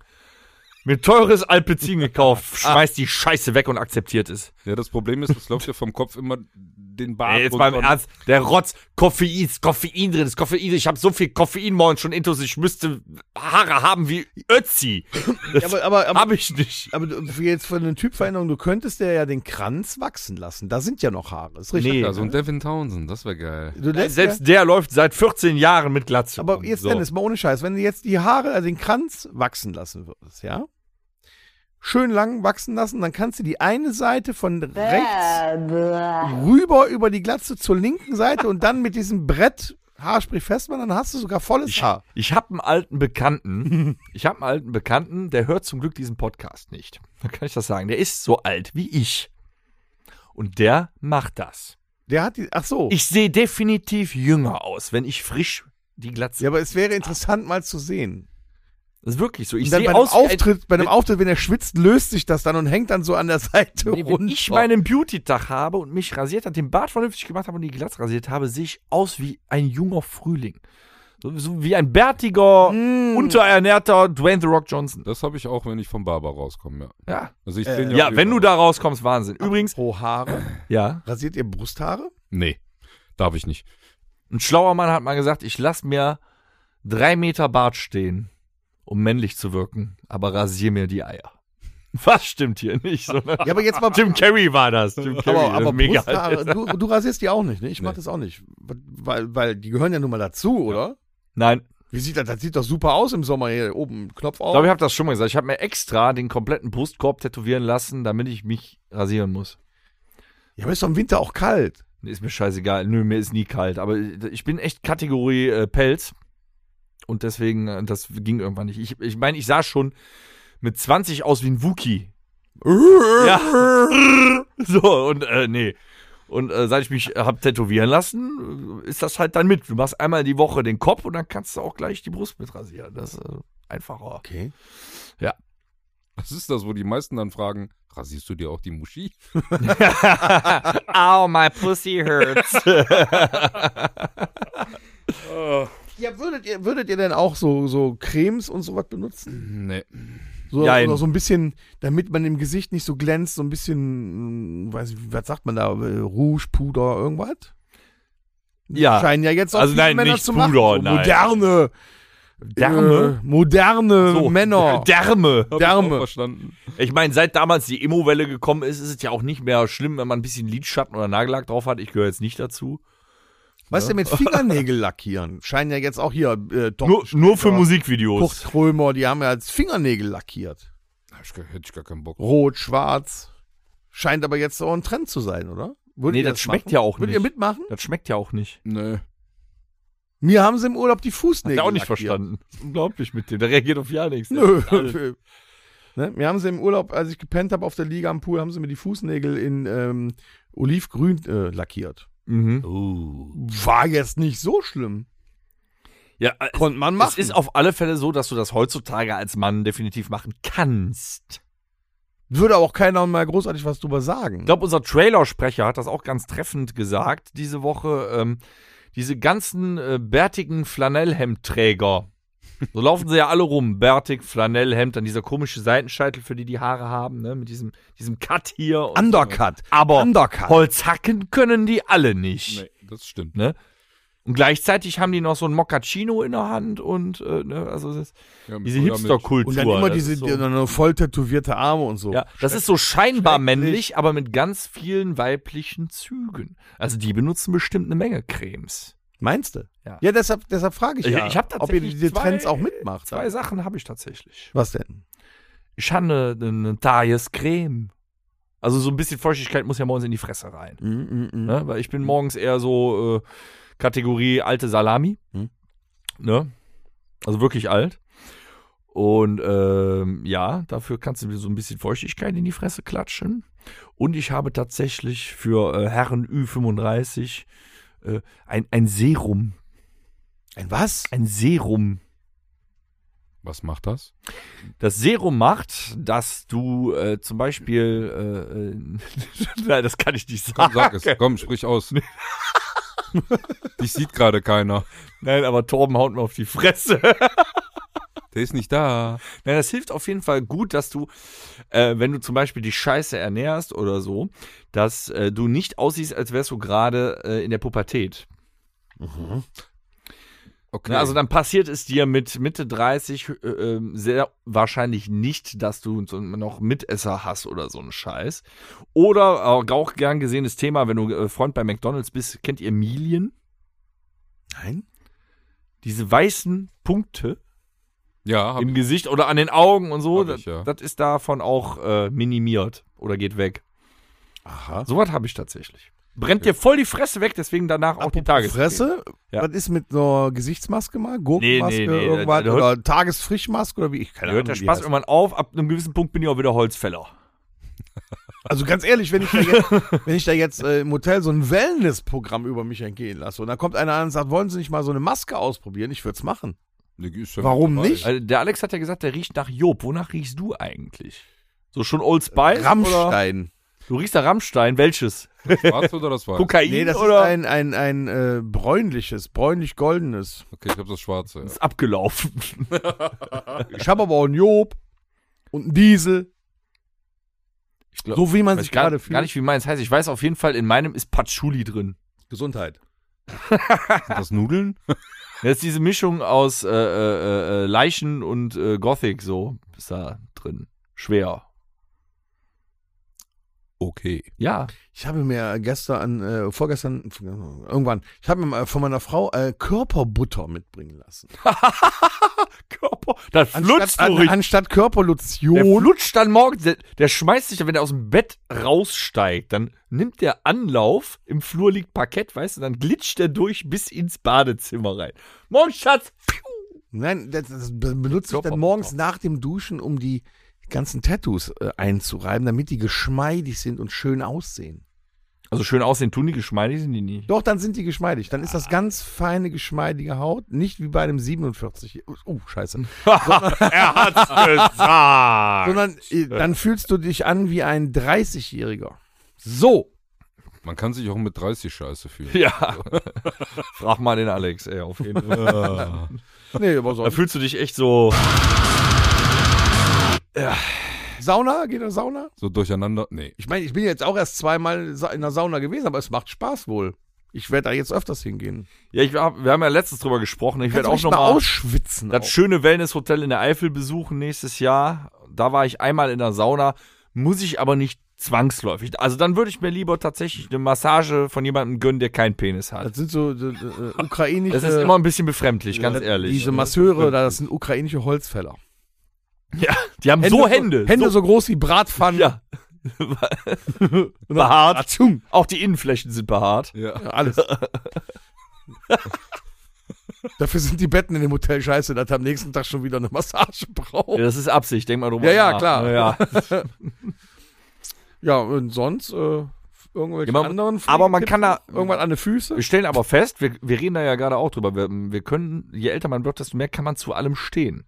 Speaker 2: mir teures Alpezin gekauft,
Speaker 3: Ah.
Speaker 2: schmeißt die Scheiße weg und akzeptiert es.
Speaker 4: Ja, das Problem ist, es läuft ja vom Kopf immer den Bart
Speaker 2: Ey, jetzt mal im
Speaker 4: runter.
Speaker 2: Ernst, der Rotz, Koffein, ist Koffein drin, ist Koffein drin. Ich habe so viel Koffein morgen schon intus, ich müsste Haare haben wie Ötzi. Das
Speaker 3: aber, aber, aber,
Speaker 2: habe ich nicht.
Speaker 3: aber du- für jetzt von den Typveränderungen, du könntest dir ja den Kranz wachsen lassen. Da sind ja noch Haare. Ist richtig.
Speaker 2: Nee.
Speaker 4: Ja, so ein Devin Townsend, das wäre geil.
Speaker 3: Du lässt ja-
Speaker 2: Selbst der läuft seit 14 Jahren mit Glatze.
Speaker 3: Aber
Speaker 2: rum.
Speaker 3: jetzt,
Speaker 2: so.
Speaker 3: Dennis, mal ohne Scheiß, wenn du jetzt die Haare, also den Kranz wachsen lassen würdest, ja? Schön lang wachsen lassen, dann kannst du die eine Seite von rechts rüber über die Glatze zur linken Seite und dann mit diesem Brett Haarspray festmachen, dann hast du sogar volles
Speaker 2: Ich,
Speaker 3: Haar.
Speaker 2: ich habe einen alten Bekannten, ich habe einen alten Bekannten, der hört zum Glück diesen Podcast nicht. Dann kann ich das sagen. Der ist so alt wie ich. Und der macht das.
Speaker 3: Der hat die, ach so.
Speaker 2: Ich sehe definitiv jünger aus, wenn ich frisch die Glatze.
Speaker 3: ja, aber es wäre interessant mal zu sehen.
Speaker 2: Das ist wirklich so. Ich
Speaker 3: Und dann bei
Speaker 2: sehe
Speaker 3: einem
Speaker 2: aus wie ein-
Speaker 3: Auftritt, bei einem Auftritt, wenn er schwitzt, löst sich das dann und hängt dann so an der Seite
Speaker 2: Nee,
Speaker 3: runter.
Speaker 2: wenn ich meinen Beauty-Tag habe und mich rasiert habe, den Bart vernünftig gemacht habe und die Glatze rasiert habe, sehe ich aus wie ein junger Frühling. So, so wie ein bärtiger,
Speaker 3: Mm.
Speaker 2: unterernährter Dwayne The Rock Johnson.
Speaker 4: Das habe ich auch, wenn ich vom Barber rauskomme, ja.
Speaker 2: Ja,
Speaker 4: Also ich
Speaker 3: Äh,
Speaker 2: ja wenn du da rauskommst, Wahnsinn. Übrigens,
Speaker 3: Pro Haare.
Speaker 2: ja.
Speaker 3: Rasiert ihr Brusthaare?
Speaker 4: Nee, darf ich nicht.
Speaker 2: Ein schlauer Mann hat mal gesagt, ich lasse mir drei Meter Bart stehen, um männlich zu wirken, aber rasier mir die Eier. Was stimmt hier nicht? So, ne?
Speaker 3: Ja, aber jetzt mal.
Speaker 2: Jim Carrey war das. Jim Carrey,
Speaker 3: aber aber
Speaker 2: das ist äh, mega.
Speaker 3: Brusthaare, du, du rasierst die auch nicht, ne? Ich mach das auch nicht. Weil, weil die gehören ja nun mal dazu, oder?
Speaker 2: Nein,
Speaker 3: Wie sieht das? Das sieht doch super aus im Sommer hier. Oben Knopf
Speaker 2: ich
Speaker 3: auf.
Speaker 2: glaube, ich habe das schon mal gesagt. Ich habe mir extra den kompletten Brustkorb tätowieren lassen, damit ich mich rasieren muss.
Speaker 3: ja, aber ist doch im Winter auch kalt.
Speaker 2: Ist mir scheißegal. Nö, mir ist nie kalt. Aber ich bin echt Kategorie äh, Pelz. Und deswegen, äh, das ging irgendwann nicht. Ich, ich meine, ich sah schon mit 20 aus wie ein Wookie. ja. So, und äh, nee. Und äh, seit ich mich hab tätowieren lassen, äh, ist das halt dann mit. Du machst einmal die Woche den Kopf und dann kannst du auch gleich die Brust mit rasieren. Das ist äh, einfacher.
Speaker 3: Okay.
Speaker 4: Das ist das, wo die meisten dann fragen, rasierst du dir auch die Muschi?
Speaker 2: Ow, my pussy hurts.
Speaker 3: Ja, würdet ihr, würdet ihr denn auch so, so Cremes und sowas benutzen?
Speaker 4: Nee.
Speaker 3: So,
Speaker 2: Jein.
Speaker 3: oder so ein bisschen, damit man im Gesicht nicht so glänzt, so ein bisschen, mh, weiß ich, was sagt man da, äh, Rouge, Puder, irgendwas?
Speaker 2: ja.
Speaker 3: Scheinen ja jetzt auch
Speaker 2: Also
Speaker 3: viele
Speaker 2: nein,
Speaker 3: Männer
Speaker 2: nicht
Speaker 3: zu
Speaker 2: Puder,
Speaker 3: machen. So
Speaker 2: nein.
Speaker 3: Moderne,
Speaker 2: Därme.
Speaker 3: äh, moderne
Speaker 2: So.
Speaker 3: Männer.
Speaker 2: Därme.
Speaker 4: Hab
Speaker 3: Därme.
Speaker 4: Ich auch verstanden.
Speaker 2: Ich meine, seit damals die Emo-Welle gekommen ist, ist es ja auch nicht mehr schlimm, wenn man ein bisschen Lidschatten oder Nagellack drauf hat. Ich gehöre jetzt nicht dazu.
Speaker 3: Weißt du,
Speaker 2: ne?
Speaker 3: mit Fingernägel lackieren scheinen ja jetzt auch hier äh, Tom
Speaker 2: Nur, nur für
Speaker 3: Schröder, Kurt
Speaker 2: Musikvideos.
Speaker 3: Krömer, die haben ja als Fingernägel lackiert.
Speaker 4: Hab ich gar- Hätte ich gar keinen Bock.
Speaker 3: Rot, schwarz. Scheint aber jetzt auch ein Trend zu sein, oder? Würdet
Speaker 2: Nee,
Speaker 3: ihr
Speaker 2: das schmeckt
Speaker 3: machen?
Speaker 2: ja auch
Speaker 3: Würdet
Speaker 2: nicht.
Speaker 3: ihr mitmachen?
Speaker 2: Das schmeckt ja auch nicht.
Speaker 4: Nee.
Speaker 3: Mir haben sie im Urlaub die Fußnägel
Speaker 2: Hat er auch nicht
Speaker 3: lackiert.
Speaker 2: verstanden. Das ist unglaublich mit dem. Der reagiert auf ja nichts.
Speaker 3: Nö. ne? Mir haben sie im Urlaub, als ich gepennt habe auf der Liege am Pool, haben sie mir die Fußnägel in ähm, olivgrün äh, lackiert.
Speaker 2: Mhm.
Speaker 4: Uh.
Speaker 3: War jetzt nicht so schlimm.
Speaker 2: Ja, äh,
Speaker 3: Konnte man
Speaker 2: es
Speaker 3: machen.
Speaker 2: ist auf alle Fälle so, dass du das heutzutage als Mann definitiv machen kannst.
Speaker 3: Würde auch keiner mal großartig was drüber sagen.
Speaker 2: Ich glaube, unser Trailersprecher hat das auch ganz treffend gesagt diese Woche. Ähm, diese ganzen äh, bärtigen Flanellhemdträger. So laufen sie ja alle rum. Bärtig, Flanellhemd, dann dieser komische Seitenscheitel, für die die Haare haben, ne? mit diesem, diesem Cut hier. Und,
Speaker 3: Undercut.
Speaker 2: aber
Speaker 3: Undercut.
Speaker 2: Holzhacken können die alle nicht.
Speaker 4: Nee, das stimmt.
Speaker 2: Und gleichzeitig haben die noch so ein Moccacino in der Hand und äh, ne? also das,
Speaker 4: Ja, mit
Speaker 2: diese
Speaker 4: Bruder mit-
Speaker 2: Hipsterkultur.
Speaker 3: Und dann immer
Speaker 2: das
Speaker 3: diese
Speaker 2: ist so-
Speaker 3: die- dann voll tätowierte Arme und so.
Speaker 2: Ja, das ist so scheinbar männlich, aber mit ganz vielen weiblichen Zügen. Also die benutzen bestimmt eine Menge Cremes.
Speaker 3: Meinst du?
Speaker 2: Ja.
Speaker 3: deshalb, deshalb frage ich
Speaker 2: Ich-
Speaker 3: ja,
Speaker 2: ich hab
Speaker 3: ob ihr
Speaker 2: tatsächlich
Speaker 3: diese
Speaker 2: zwei-
Speaker 3: Trends auch mitmacht.
Speaker 2: Zwei Sachen habe ich tatsächlich.
Speaker 3: Was denn?
Speaker 2: Ich habe eine, eine Tailles-Creme. Also so ein bisschen Feuchtigkeit muss ja morgens in die Fresse rein.
Speaker 3: Mm, mm, mm.
Speaker 2: Ne? Weil ich bin morgens eher so äh, Kategorie alte Salami.
Speaker 3: Mhm.
Speaker 2: Ne? Also wirklich alt. Und ähm, ja, dafür kannst du mir so ein bisschen Feuchtigkeit in die Fresse klatschen. Und ich habe tatsächlich für äh, Herren Ü35 äh, ein, ein Serum.
Speaker 3: Ein was?
Speaker 2: Ein Serum.
Speaker 4: Was macht das?
Speaker 2: Das Serum macht, dass du äh, zum Beispiel. Äh, äh, nein, das kann ich nicht
Speaker 4: Komm,
Speaker 2: sagen.
Speaker 4: sag es. Komm, sprich aus. Dich sieht gerade keiner.
Speaker 2: Nein, aber Torben haut mir auf die Fresse.
Speaker 4: Der ist nicht da.
Speaker 2: Na, das hilft auf jeden Fall gut, dass du, äh, wenn du zum Beispiel die Scheiße ernährst oder so, dass äh, du nicht aussiehst, als wärst du gerade äh, in der Pubertät.
Speaker 4: Okay.
Speaker 2: Ne? Also dann passiert es dir mit Mitte 30 äh, ähm, sehr wahrscheinlich nicht, dass du so noch Mitesser hast oder so einen Scheiß. Oder äh, auch gern gesehenes Thema, wenn du äh, Freund bei McDonalds bist, kennt ihr Milien?
Speaker 3: Nein.
Speaker 2: Diese weißen Punkte
Speaker 4: ja, hab
Speaker 2: im Gesicht oder an den Augen und so,
Speaker 4: Hab ich, ja.
Speaker 2: das, das ist davon auch äh, minimiert oder geht weg.
Speaker 3: Aha.
Speaker 2: Sowas habe ich tatsächlich. Brennt dir voll die Fresse weg, deswegen danach auch die Tages.
Speaker 3: Fresse?
Speaker 2: Ja.
Speaker 3: Was ist mit einer Gesichtsmaske mal? Gurkenmaske,
Speaker 2: Nee, nee, nee, da-
Speaker 3: irgendwas?
Speaker 2: da-
Speaker 3: oder Tagesfrischmaske oder wie? Ich
Speaker 2: Da
Speaker 3: keine
Speaker 2: hört der
Speaker 3: Ahnung, wie
Speaker 2: Spaß
Speaker 3: heißt.
Speaker 2: irgendwann auf, ab einem gewissen Punkt bin ich auch wieder Holzfäller.
Speaker 3: Also ganz ehrlich, wenn ich da jetzt, wenn ich da jetzt äh, im Hotel so ein Wellnessprogramm über mich entgehen lasse und da kommt einer an und sagt, wollen Sie nicht mal so eine Maske ausprobieren? Ich würde es machen.
Speaker 4: Ne, ist ja
Speaker 3: Warum
Speaker 4: mit dabei.
Speaker 3: nicht?
Speaker 2: Also, der Alex hat ja gesagt, der riecht nach Job. Wonach riechst du eigentlich? So schon Old Spice? Oder?
Speaker 3: Rammstein.
Speaker 2: Du riechst nach Rammstein. Welches?
Speaker 4: Schwarz oder das Weiße?
Speaker 2: Kokain
Speaker 3: Nee, das
Speaker 2: oder?
Speaker 3: ist ein, ein, ein äh, bräunliches, bräunlich-goldenes.
Speaker 4: Okay, ich hab das Schwarze. Ja.
Speaker 2: ist abgelaufen.
Speaker 3: Ich habe aber auch einen Job und einen Diesel. so wie man sich
Speaker 2: gar,
Speaker 3: gerade fühlt.
Speaker 2: gar nicht, wie meins heißt. Ich weiß auf jeden Fall, in meinem ist Patchouli drin.
Speaker 3: Gesundheit.
Speaker 4: Sind das Nudeln?
Speaker 2: Das ist diese Mischung aus äh, äh, äh, Leichen und äh, Gothic, so ist da drin. Schwer.
Speaker 4: Okay.
Speaker 2: Ja.
Speaker 3: Ich habe mir gestern, äh, vorgestern, irgendwann, ich habe mir mal von meiner Frau äh, Körperbutter mitbringen lassen.
Speaker 2: Körper. Das flutscht
Speaker 3: an,
Speaker 2: so richtig.
Speaker 3: anstatt
Speaker 2: Der
Speaker 3: Körperlotion.
Speaker 2: flutscht dann morgens, der, der schmeißt sich, wenn er aus dem Bett raussteigt, dann nimmt der Anlauf, im Flur liegt Parkett, weißt du, dann glitscht er durch bis ins Badezimmer rein. Morgen, Schatz! Piu!
Speaker 3: Nein, das, das be- benutze ich
Speaker 2: Körperbutter.
Speaker 3: dann morgens nach dem Duschen, um die ganzen Tattoos äh, einzureiben, damit die geschmeidig sind und schön aussehen.
Speaker 2: Also schön aussehen tun die, geschmeidig sind die nie.
Speaker 3: Doch, dann sind die geschmeidig. Dann ist das ganz feine, geschmeidige Haut. Nicht wie bei einem 47. Oh, scheiße.
Speaker 2: er hat's gesagt!
Speaker 3: Sondern äh, dann fühlst du dich an wie ein 30-Jähriger. So.
Speaker 4: Man kann sich auch mit 30 scheiße fühlen.
Speaker 2: Ja. Frag mal den Alex, ey, auf jeden Fall.
Speaker 3: Nee, aber
Speaker 2: Da
Speaker 3: sonst.
Speaker 2: fühlst du dich echt so.
Speaker 3: Sauna? Geht in Sauna?
Speaker 4: So durcheinander. Nee.
Speaker 3: Ich meine, ich bin jetzt auch erst zweimal sa- in der Sauna gewesen, aber es macht Spaß wohl. Ich werde da jetzt öfters hingehen.
Speaker 2: Ja, ich, hab- wir haben ja letztens drüber gesprochen. Ich werde auch
Speaker 3: Kannst du mich
Speaker 2: nochmal
Speaker 3: ausschwitzen.
Speaker 2: das
Speaker 3: auch.
Speaker 2: schöne Wellnesshotel in der Eifel besuchen nächstes Jahr. Da war ich einmal in der Sauna, muss ich aber nicht zwangsläufig. Also dann würde ich mir lieber tatsächlich eine Massage von jemandem gönnen, der keinen Penis hat.
Speaker 3: Das sind so äh, äh, ukrainische.
Speaker 2: Das ist immer ein bisschen befremdlich, ganz ehrlich.
Speaker 3: Diese Masseure, da, das sind ukrainische Holzfäller.
Speaker 2: ja, die haben so Hände.
Speaker 3: Hände
Speaker 2: so,
Speaker 3: so, groß wie Bratpfannen.
Speaker 2: ja. behaart. Auch die Innenflächen sind behaart.
Speaker 4: Ja.
Speaker 3: Alles. Dafür sind die Betten in dem Hotel scheiße, dass du am nächsten Tag schon wieder eine Massage brauchst.
Speaker 2: Ja, das ist Absicht, denk mal drüber
Speaker 3: Oh. Ja, ja,
Speaker 2: nach.
Speaker 3: klar.
Speaker 2: Na Ja.
Speaker 3: Ja, und sonst äh, irgendwelche
Speaker 2: Ja, man-
Speaker 3: anderen
Speaker 2: aber man
Speaker 3: Pflegetipp-
Speaker 2: kann da-
Speaker 3: Irgendwann an die Füße.
Speaker 2: Wir stellen aber fest, wir, wir reden da ja gerade auch drüber, wir, wir können, je älter man wird, desto mehr kann man zu allem stehen.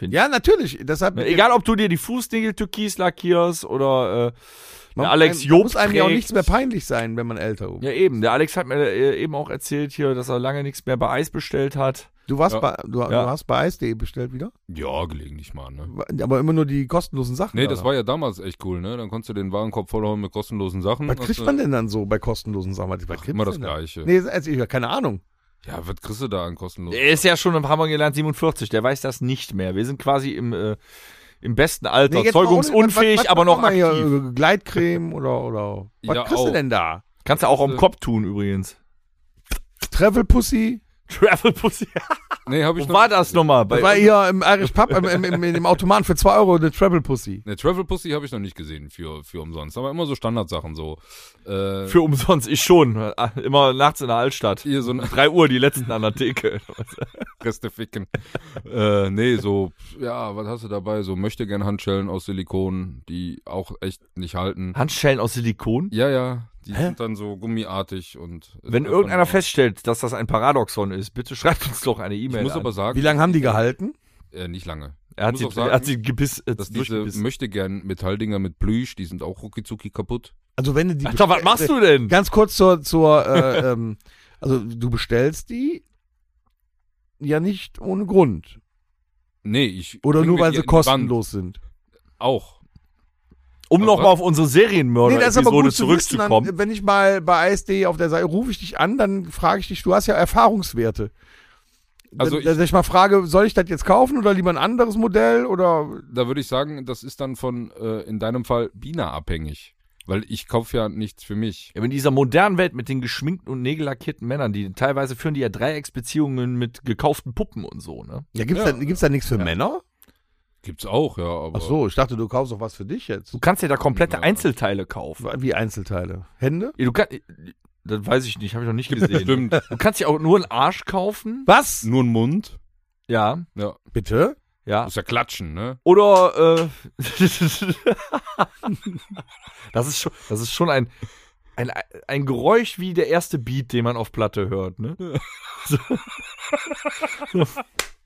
Speaker 3: Ja, natürlich. Deshalb
Speaker 2: Ne, Egal, ob du dir die Fußnägel türkis lackierst oder äh,
Speaker 3: Man-
Speaker 2: der Alex
Speaker 3: einem-
Speaker 2: Job
Speaker 3: muss einem ja auch
Speaker 2: trägt.
Speaker 3: nichts mehr peinlich sein, wenn man älter wird.
Speaker 2: Ja, eben. Der Alex hat mir äh, eben auch erzählt hier, dass er lange nichts mehr bei Eis bestellt hat.
Speaker 3: Du warst
Speaker 4: Ja.
Speaker 3: bei du,
Speaker 2: Ja.
Speaker 3: du hast bei Eis.de bestellt wieder,
Speaker 4: Ja, gelegentlich mal, ne?
Speaker 3: aber immer nur die kostenlosen Sachen.
Speaker 4: Nee, das
Speaker 3: oder?
Speaker 4: war ja damals echt cool, ne? Dann konntest du den Warenkorb vollhauen mit kostenlosen Sachen.
Speaker 3: Was kriegt man denn dann so bei kostenlosen Sachen? Was kriegt
Speaker 4: Immer
Speaker 3: man
Speaker 4: das
Speaker 3: denn da?
Speaker 4: Gleiche.
Speaker 3: Nee, also ich keine Ahnung.
Speaker 4: Ja, was kriegst du da an kostenlosen?
Speaker 2: Er ist ja schon im Hammer gelernt, 47, der weiß das nicht mehr. Wir sind quasi im, äh, im besten Alter.
Speaker 3: Nee, jetzt mal ohne-
Speaker 2: Zeugungsunfähig,
Speaker 3: was- was-
Speaker 2: aber
Speaker 3: was
Speaker 2: noch
Speaker 3: machen
Speaker 2: aktiv.
Speaker 3: wir Hier, äh, Gleitcreme oder oder was
Speaker 4: Ja,
Speaker 3: kriegst du
Speaker 4: auch.
Speaker 3: denn da?
Speaker 2: Kannst du auch am Kopf tun übrigens.
Speaker 3: Travel Pussy?
Speaker 2: Travel Pussy.
Speaker 4: Nee, hab ich
Speaker 2: Wo
Speaker 4: noch.
Speaker 2: war das nochmal?
Speaker 3: Das war hier im Irish Pub im, im, im, im Automaten für 2 Euro eine Travel Pussy.
Speaker 4: Ne, Travel Pussy habe ich noch nicht gesehen für, für umsonst. Aber immer so Standardsachen so. Äh,
Speaker 2: Für umsonst, ich schon. Immer nachts in der Altstadt.
Speaker 4: hier so ein
Speaker 2: 3 Uhr die letzten an der Theke.
Speaker 4: Reste ficken. äh, nee, so, ja, was hast du dabei? So möchte gern Handschellen aus Silikon, die auch echt nicht halten.
Speaker 2: Handschellen aus Silikon?
Speaker 4: Ja, ja, die sind dann so gummiartig und.
Speaker 2: Wenn
Speaker 4: Äh,
Speaker 2: irgendeiner
Speaker 4: dann-
Speaker 2: feststellt, dass das ein Paradoxon ist, bitte schreibt uns doch eine
Speaker 4: Ich
Speaker 2: E-Mail.
Speaker 4: muss
Speaker 2: an.
Speaker 4: aber
Speaker 3: Wie
Speaker 4: sagen,
Speaker 3: lange haben die gehalten?
Speaker 4: äh, nicht lange.
Speaker 2: er hat
Speaker 4: muss
Speaker 2: sie,
Speaker 4: auch sagen,
Speaker 2: er hat sie gebiss, äh,
Speaker 4: Dass diese
Speaker 2: durchgebissen.
Speaker 4: möchte gern Metalldinger mit Plüsch, die sind auch ruckizucki kaputt.
Speaker 3: Also wenn du die
Speaker 2: Alter, was machst du denn?
Speaker 3: Ganz kurz zur, zur äh, ähm, also du bestellst die ja nicht ohne Grund.
Speaker 4: Nee, ich.
Speaker 3: Oder
Speaker 4: bring
Speaker 3: nur
Speaker 4: mir
Speaker 3: weil
Speaker 4: die
Speaker 3: sie
Speaker 4: an die Wand.
Speaker 3: kostenlos sind.
Speaker 4: Auch.
Speaker 2: Um
Speaker 4: Aber-
Speaker 2: nochmal auf unsere Serienmörder-Episode
Speaker 3: zu wissen,
Speaker 2: zurückzukommen.
Speaker 3: Dann, wenn ich mal bei ISD auf der Seite rufe ich dich an, dann frage ich dich, du hast ja Erfahrungswerte.
Speaker 4: Also
Speaker 3: Also dass ich mal frage, soll ich das jetzt kaufen oder lieber ein anderes Modell oder
Speaker 4: Da würde ich sagen, das ist dann von, äh, in deinem Fall, Bina abhängig. Weil ich kaufe ja nichts für mich.
Speaker 2: ja, in dieser modernen Welt mit den geschminkten und nägellackierten Männern, die teilweise führen die ja Dreiecksbeziehungen mit gekauften Puppen und so, ne?
Speaker 3: ja, gibt's
Speaker 4: Ja.
Speaker 3: da gibt's da nichts für Männer?
Speaker 4: Gibt's auch, ja, aber.
Speaker 3: Ach so, ich dachte, du kaufst doch was für dich jetzt.
Speaker 2: Du kannst dir da komplette
Speaker 4: Ja.
Speaker 2: Einzelteile kaufen.
Speaker 3: Wie Einzelteile. Hände?
Speaker 2: Ja, Du kann, äh, das weiß ich nicht, habe ich noch nicht gesehen.
Speaker 4: Stimmt.
Speaker 2: Du kannst dir auch nur einen Arsch kaufen.
Speaker 3: Was?
Speaker 4: Nur ein Mund.
Speaker 2: Ja,
Speaker 4: Ja.
Speaker 3: Bitte?
Speaker 2: ja.
Speaker 4: Muss ja klatschen, ne?
Speaker 2: Oder äh, das ist schon, das ist schon ein, ein, ein Geräusch wie der erste Beat, den man auf Platte hört. Ne? So.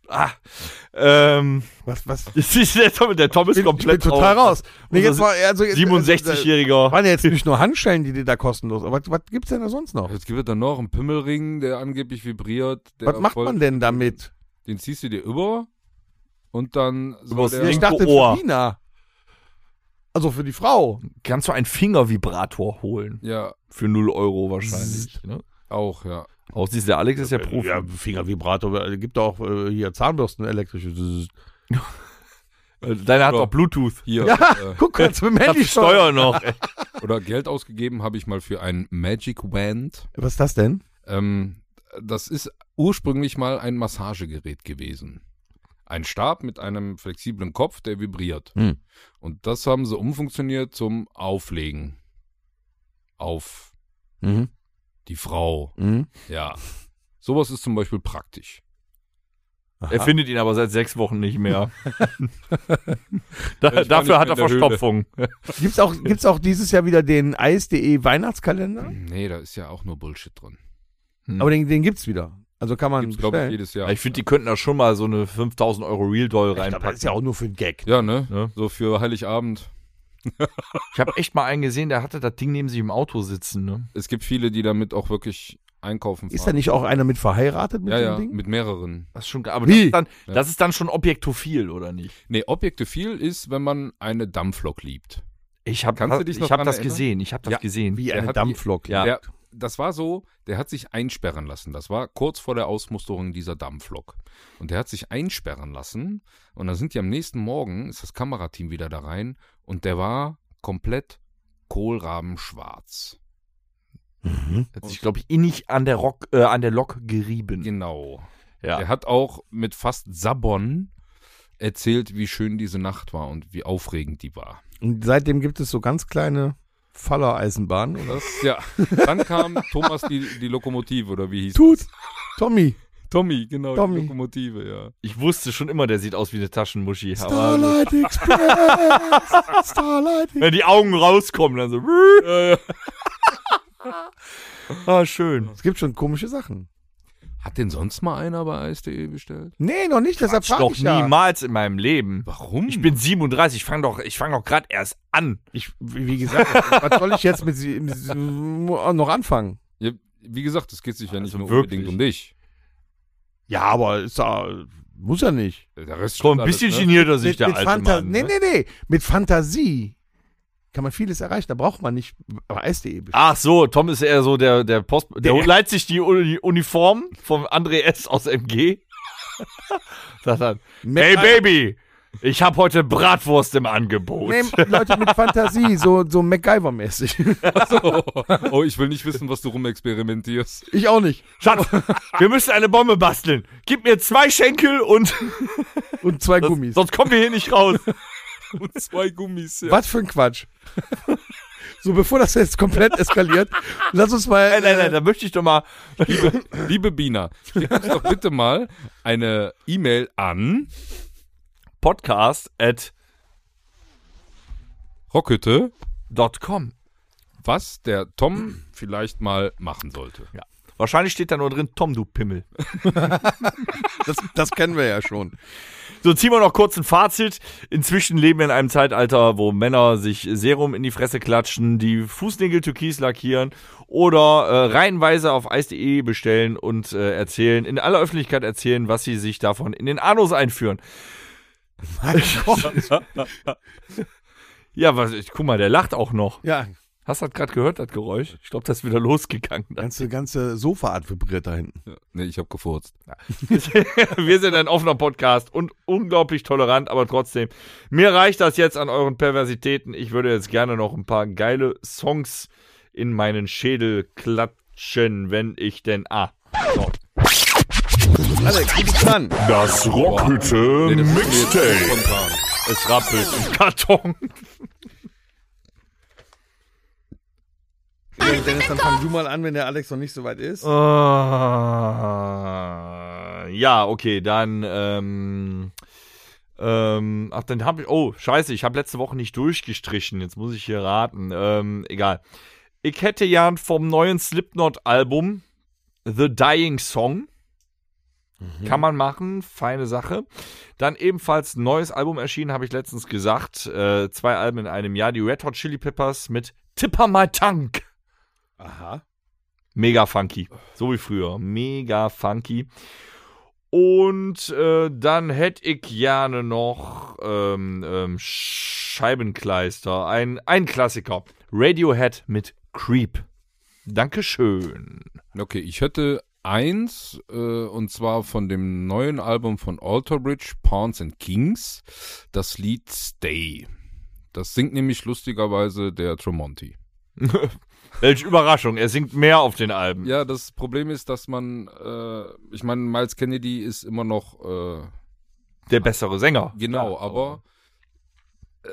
Speaker 2: ah, ähm,
Speaker 3: Was was
Speaker 2: das ist der, Tom, der Tom ist
Speaker 3: bin, ich
Speaker 2: komplett
Speaker 3: bin total raus. Nee,
Speaker 2: Unser
Speaker 3: jetzt mal, also jetzt, äh,
Speaker 2: 67-Jähriger.
Speaker 3: waren ja jetzt nicht nur Handschellen, die dir da kostenlos. Aber was, was gibt's denn da sonst noch?
Speaker 4: Jetzt gibt es dann noch einen Pimmelring, der angeblich vibriert. Der
Speaker 3: was macht
Speaker 4: voll-
Speaker 3: man denn damit?
Speaker 4: Den ziehst du dir über und dann soll
Speaker 2: Übers
Speaker 4: der,
Speaker 2: Ja,
Speaker 3: ich
Speaker 2: linke
Speaker 3: dachte
Speaker 2: Ohr.
Speaker 3: für Bina. Also für die Frau.
Speaker 2: Kannst du einen Fingervibrator holen?
Speaker 4: ja,
Speaker 2: Für 0 Euro wahrscheinlich. Ne?
Speaker 4: Auch, ja.
Speaker 3: Auch siehst du, der Alex ist Äh, ja Profi.
Speaker 5: Ja,
Speaker 3: Fingervibrator, äh, gibt auch äh, hier Zahnbürsten elektrische.
Speaker 2: Äh,
Speaker 3: Deiner hat
Speaker 4: Ja.
Speaker 3: auch Bluetooth.
Speaker 4: Hier,
Speaker 3: Ja,
Speaker 4: äh,
Speaker 3: guck, kannst du mit dem Handy steuern.
Speaker 2: Steuer noch.
Speaker 4: oder Geld ausgegeben habe ich mal für ein Magic Wand.
Speaker 3: Was ist das denn?
Speaker 4: Ähm, das ist ursprünglich mal ein Massagegerät gewesen. Ein Stab mit einem flexiblen Kopf, der vibriert.
Speaker 3: Hm.
Speaker 4: Und das haben sie umfunktioniert zum Auflegen. Auf
Speaker 3: Mhm.
Speaker 4: die Frau.
Speaker 3: Mhm.
Speaker 4: Ja. Sowas ist zum Beispiel praktisch.
Speaker 2: Er findet ihn aber seit sechs Wochen nicht mehr.
Speaker 4: war
Speaker 2: da,
Speaker 4: nicht
Speaker 2: dafür hat er
Speaker 4: mehr in der Höhle.
Speaker 2: Verstopfung.
Speaker 3: Gibt's auch, gibt's auch dieses Jahr wieder den Eis.de Weihnachtskalender?
Speaker 4: Nee, da ist ja auch nur Bullshit drin.
Speaker 3: Aber den, den gibt's wieder. Also kann man
Speaker 4: Gibt's, glaube ich,
Speaker 3: bestellen.
Speaker 4: jedes Jahr.
Speaker 2: Ich finde, die könnten da schon mal so eine 5000 Euro Real Doll
Speaker 3: Ich glaub,
Speaker 2: reinpacken.
Speaker 3: das ist ja auch nur für den Gag.
Speaker 4: ja, ne?
Speaker 2: Ne?
Speaker 4: So für Heiligabend.
Speaker 2: Ich habe echt mal einen gesehen, der hatte das Ding neben sich im Auto sitzen. Ne?
Speaker 4: Es gibt viele, die damit auch wirklich einkaufen fahren.
Speaker 3: Ist da nicht auch einer mit verheiratet mit
Speaker 4: ja,
Speaker 3: dem
Speaker 4: ja,
Speaker 3: Ding?
Speaker 4: mit mehreren.
Speaker 2: Das ist schon, ge- aber das
Speaker 3: Wie?
Speaker 2: ist, dann,
Speaker 4: Ja.
Speaker 2: das ist dann schon objektophil, oder nicht?
Speaker 4: Nee, objektophil ist, wenn man eine Dampflok liebt.
Speaker 2: Ich habe
Speaker 4: Kannst du dich noch
Speaker 2: hab
Speaker 4: dran
Speaker 2: das
Speaker 4: erinnern?
Speaker 2: gesehen. Ich habe das
Speaker 4: Ja.
Speaker 2: gesehen.
Speaker 3: Wie
Speaker 4: Der
Speaker 3: eine
Speaker 4: hat
Speaker 3: Dampflok.
Speaker 2: Ja.
Speaker 4: Der, das war so, der hat sich einsperren lassen. Das war kurz vor der Ausmusterung dieser Dampflok. Und der hat sich einsperren lassen. Und dann sind die am nächsten Morgen, ist das Kamerateam wieder da rein. Und der war komplett kohlrabenschwarz.
Speaker 2: Hat sich, glaube ich, innig an der, Rock, äh, an der Lok gerieben.
Speaker 4: Genau.
Speaker 2: Ja.
Speaker 4: Er hat auch mit fast Sabon erzählt, wie schön diese Nacht war und wie aufregend die war.
Speaker 3: Und seitdem gibt es so ganz kleine Fallereisenbahnen. oder?
Speaker 4: Das, ja. Dann kam Thomas die, die Lokomotive, oder wie hieß
Speaker 3: Tut! Tommy!
Speaker 4: Tommy, genau,
Speaker 3: Tommy.
Speaker 4: die Lokomotive, ja.
Speaker 2: Ich wusste schon immer, der sieht aus wie eine Taschenmuschi. Aber
Speaker 3: Starlight Express! Starlight Express!
Speaker 2: wenn die Augen rauskommen, dann so. ah, schön.
Speaker 3: Es gibt schon komische Sachen.
Speaker 4: Hat denn sonst mal einer bei Eis.de E bestellt?
Speaker 3: Nee, noch nicht, deshalb
Speaker 2: Ich
Speaker 3: frage
Speaker 2: doch
Speaker 3: ich ja.
Speaker 2: niemals in meinem Leben.
Speaker 4: Warum?
Speaker 2: Ich bin 37, ich fange doch, ich fang doch gerade erst an.
Speaker 3: Ich, wie wie gesagt, was soll ich jetzt mit, sie- mit sie- noch anfangen?
Speaker 4: Ja, wie gesagt, es geht sich ja nicht
Speaker 2: Also
Speaker 4: nur
Speaker 2: wirklich.
Speaker 4: unbedingt um dich.
Speaker 3: Ja, aber ist da, muss ja nicht.
Speaker 4: Der Rest
Speaker 2: Komm,
Speaker 4: stimmt
Speaker 2: ein bisschen
Speaker 4: alles, ne?
Speaker 2: geniert er sich, der alte
Speaker 3: Fanta-
Speaker 2: Mann.
Speaker 3: Nee,
Speaker 2: ne?
Speaker 3: nee, nee. Mit Fantasie kann man vieles erreichen. Da braucht man nicht aber E Eis.de bestellen.
Speaker 2: Ach so, Tom ist eher so der, der Post. Der,
Speaker 3: Der-
Speaker 2: leiht sich die Uni Uniform vom André S. aus MG. Sagt dann,
Speaker 3: Mit-
Speaker 2: hey Baby, ich habe heute Bratwurst im Angebot.
Speaker 3: Nee, Leute mit Fantasie, so, so MacGyver-mäßig.
Speaker 4: Oh, ich will nicht wissen, was du rumexperimentierst.
Speaker 3: Ich auch nicht.
Speaker 2: Schatz, wir müssen eine Bombe basteln. Gib mir zwei Schenkel und
Speaker 3: Und zwei Gummis.
Speaker 2: sonst kommen wir hier nicht raus.
Speaker 4: Und zwei Gummis, ja.
Speaker 3: Was für ein Quatsch. so, bevor das jetzt komplett eskaliert, lass uns mal.
Speaker 2: Nein, nein, nein, da möchte ich doch mal.
Speaker 4: Liebe Bina, schick uns doch bitte mal eine E-Mail an
Speaker 2: Podcast at
Speaker 4: Rockhütte,
Speaker 2: com.
Speaker 4: was der Tom vielleicht mal machen sollte.
Speaker 2: Ja. Wahrscheinlich steht da nur drin, Tom, du Pimmel.
Speaker 3: Das, das kennen wir ja schon.
Speaker 2: So, ziehen wir noch kurz ein Fazit. Inzwischen leben wir in einem Zeitalter, wo Männer sich Serum in die Fresse klatschen, die Fußnägel türkis lackieren oder äh, reihenweise auf eis.de bestellen und äh, erzählen, in aller Öffentlichkeit erzählen, was sie sich davon in den Anus einführen. ja, was, ich, guck mal, der lacht auch noch.
Speaker 3: Ja,
Speaker 2: Hast du das gerade gehört, das Geräusch? Ich glaube, das ist wieder losgegangen.
Speaker 3: ganze, ganze Sofaart vibriert da hinten.
Speaker 4: Nee, ich habe gefurzt.
Speaker 2: Wir sind ein offener Podcast und unglaublich tolerant, aber trotzdem. Mir reicht das jetzt an euren Perversitäten. Ich würde jetzt gerne noch ein paar geile Songs in meinen Schädel klatschen, wenn ich denn. Ah. So.
Speaker 3: Alex, du bist dran.
Speaker 1: Das Rockhütte
Speaker 4: das ist mir jetzt zu
Speaker 1: Mixtape.
Speaker 4: spontan.
Speaker 2: Es rappelt im Karton.
Speaker 3: Ja, Dennis, dann fang du mal an, wenn der Alex noch nicht so weit ist.
Speaker 2: Äh, ja, okay, dann. Ähm, ähm, ach, dann habe ich. Oh, scheiße, ich habe letzte Woche nicht durchgestrichen. Jetzt muss ich hier raten. Ähm, egal. Ich hätte ja vom neuen Slipknot-Album The Dying Song.
Speaker 3: Mhm.
Speaker 2: Kann man machen, feine Sache. Dann ebenfalls ein neues Album erschienen, habe ich letztens gesagt. Äh, zwei Alben in einem Jahr. Die Red Hot Chili Peppers mit Tipper My Tank.
Speaker 3: Aha.
Speaker 2: Mega funky. So wie früher. Mega funky. Und äh, dann hätte ich gerne noch ähm, ähm, Scheibenkleister. Ein, ein Klassiker. Radiohead mit Creep. Dankeschön.
Speaker 4: Okay, ich hätte eins, äh, und zwar von dem neuen Album von Alterbridge, Pawns and Kings, das Lied Stay. Das singt nämlich lustigerweise der Tremonti.
Speaker 2: Welche Überraschung, er singt mehr auf den Alben.
Speaker 4: Ja, das Problem ist, dass man, äh, ich meine, Miles Kennedy ist immer noch, äh,
Speaker 2: Der bessere Sänger.
Speaker 4: genau,
Speaker 2: Ja,
Speaker 4: aber äh,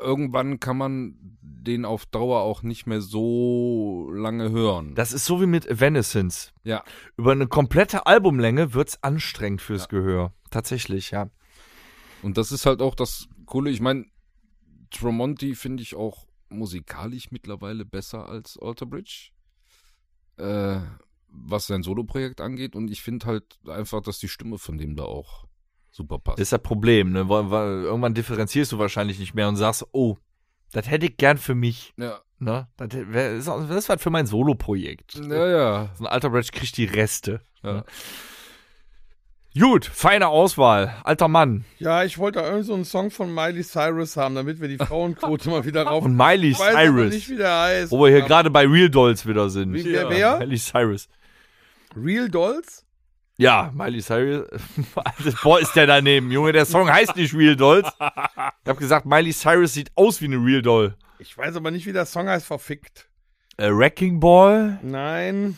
Speaker 4: irgendwann kann man den auf Dauer auch nicht mehr so lange hören.
Speaker 2: Das ist so wie mit Evanescence.
Speaker 4: ja,
Speaker 2: Über eine komplette Albumlänge wird's anstrengend fürs Gehör. Tatsächlich, ja.
Speaker 4: und das ist halt auch das Coole. Ich meine, Tremonti finde ich auch musikalisch mittlerweile besser als Alterbridge, äh, was sein Soloprojekt angeht. Und ich finde halt einfach, dass die Stimme von dem da auch super passt.
Speaker 2: Das ist das Problem, ne? Weil, weil irgendwann differenzierst du wahrscheinlich nicht mehr und sagst, oh, das hätte ich gern für mich.
Speaker 4: ja,
Speaker 2: Ne? Das, wär, ist, auch- das ist was für mein Solo-Projekt.
Speaker 3: Ne.
Speaker 4: ja, ja.
Speaker 2: So ein alter Bridge kriegt die Reste. ne?
Speaker 4: Ja.
Speaker 2: Gut, feine Auswahl. Alter Mann.
Speaker 3: Ja, ich wollte irgendwie so einen Song von Miley Cyrus haben, damit wir die Frauenquote mal wieder rauf.
Speaker 2: Und Miley
Speaker 3: Ich weiß aber nicht,
Speaker 2: Cyrus.
Speaker 3: wie der heißt.
Speaker 2: Wo wir hier gerade bei Real Dolls wieder sind.
Speaker 3: Wie- wer- wer?
Speaker 2: Miley Cyrus.
Speaker 3: Real Dolls?
Speaker 2: Ja, Miley Cyrus. Alter, Boah, ist der daneben, Junge. Der Song heißt nicht Real Dolls. Ich hab gesagt, Miley Cyrus sieht aus wie eine Real Doll.
Speaker 3: Ich weiß aber nicht, wie der Song heißt, verfickt.
Speaker 2: Äh, Wrecking Ball.
Speaker 3: Nein.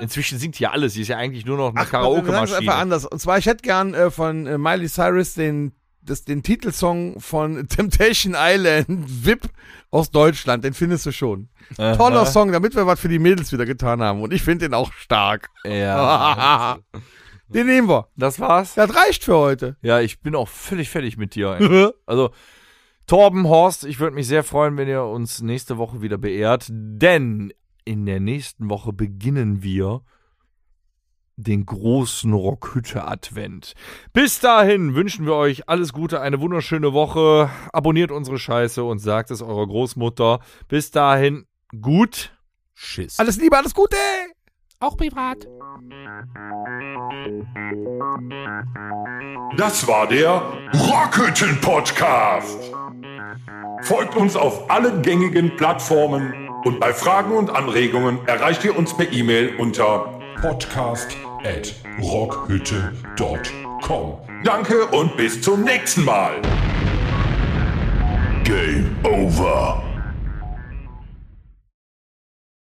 Speaker 2: Inzwischen singt hier alles. Sie ist ja eigentlich nur noch eine
Speaker 3: Sagen wir es einfach
Speaker 2: Karaoke-Maschine.
Speaker 3: anders. Und zwar, ich hätte gern äh, von äh, Miley Cyrus den, das, den Titelsong von Temptation Island, VIP, aus Deutschland. Den findest du schon. Toller Song, damit wir was für die Mädels wieder getan haben. Und ich finde den auch stark.
Speaker 2: Äh, Ja.
Speaker 3: den nehmen wir.
Speaker 2: Das war's.
Speaker 3: Das reicht für heute.
Speaker 2: Ja, ich bin auch völlig fertig mit dir. ey. Also, Torben, Horst, ich würde mich sehr freuen, wenn ihr uns nächste Woche wieder beehrt, denn in der nächsten Woche beginnen wir den großen Rockhütte-Advent. Bis dahin wünschen wir euch alles Gute, eine wunderschöne Woche. Abonniert unsere Scheiße und sagt es eurer Großmutter. Bis dahin, gut.
Speaker 4: Schiss.
Speaker 3: Alles Liebe, alles Gute.
Speaker 1: Das war der Rockhütten Podcast. Folgt uns auf allen gängigen Plattformen und bei Fragen und Anregungen erreicht ihr uns per E-Mail unter podcast@rockhütte.com. Danke und bis zum nächsten Mal. Game over.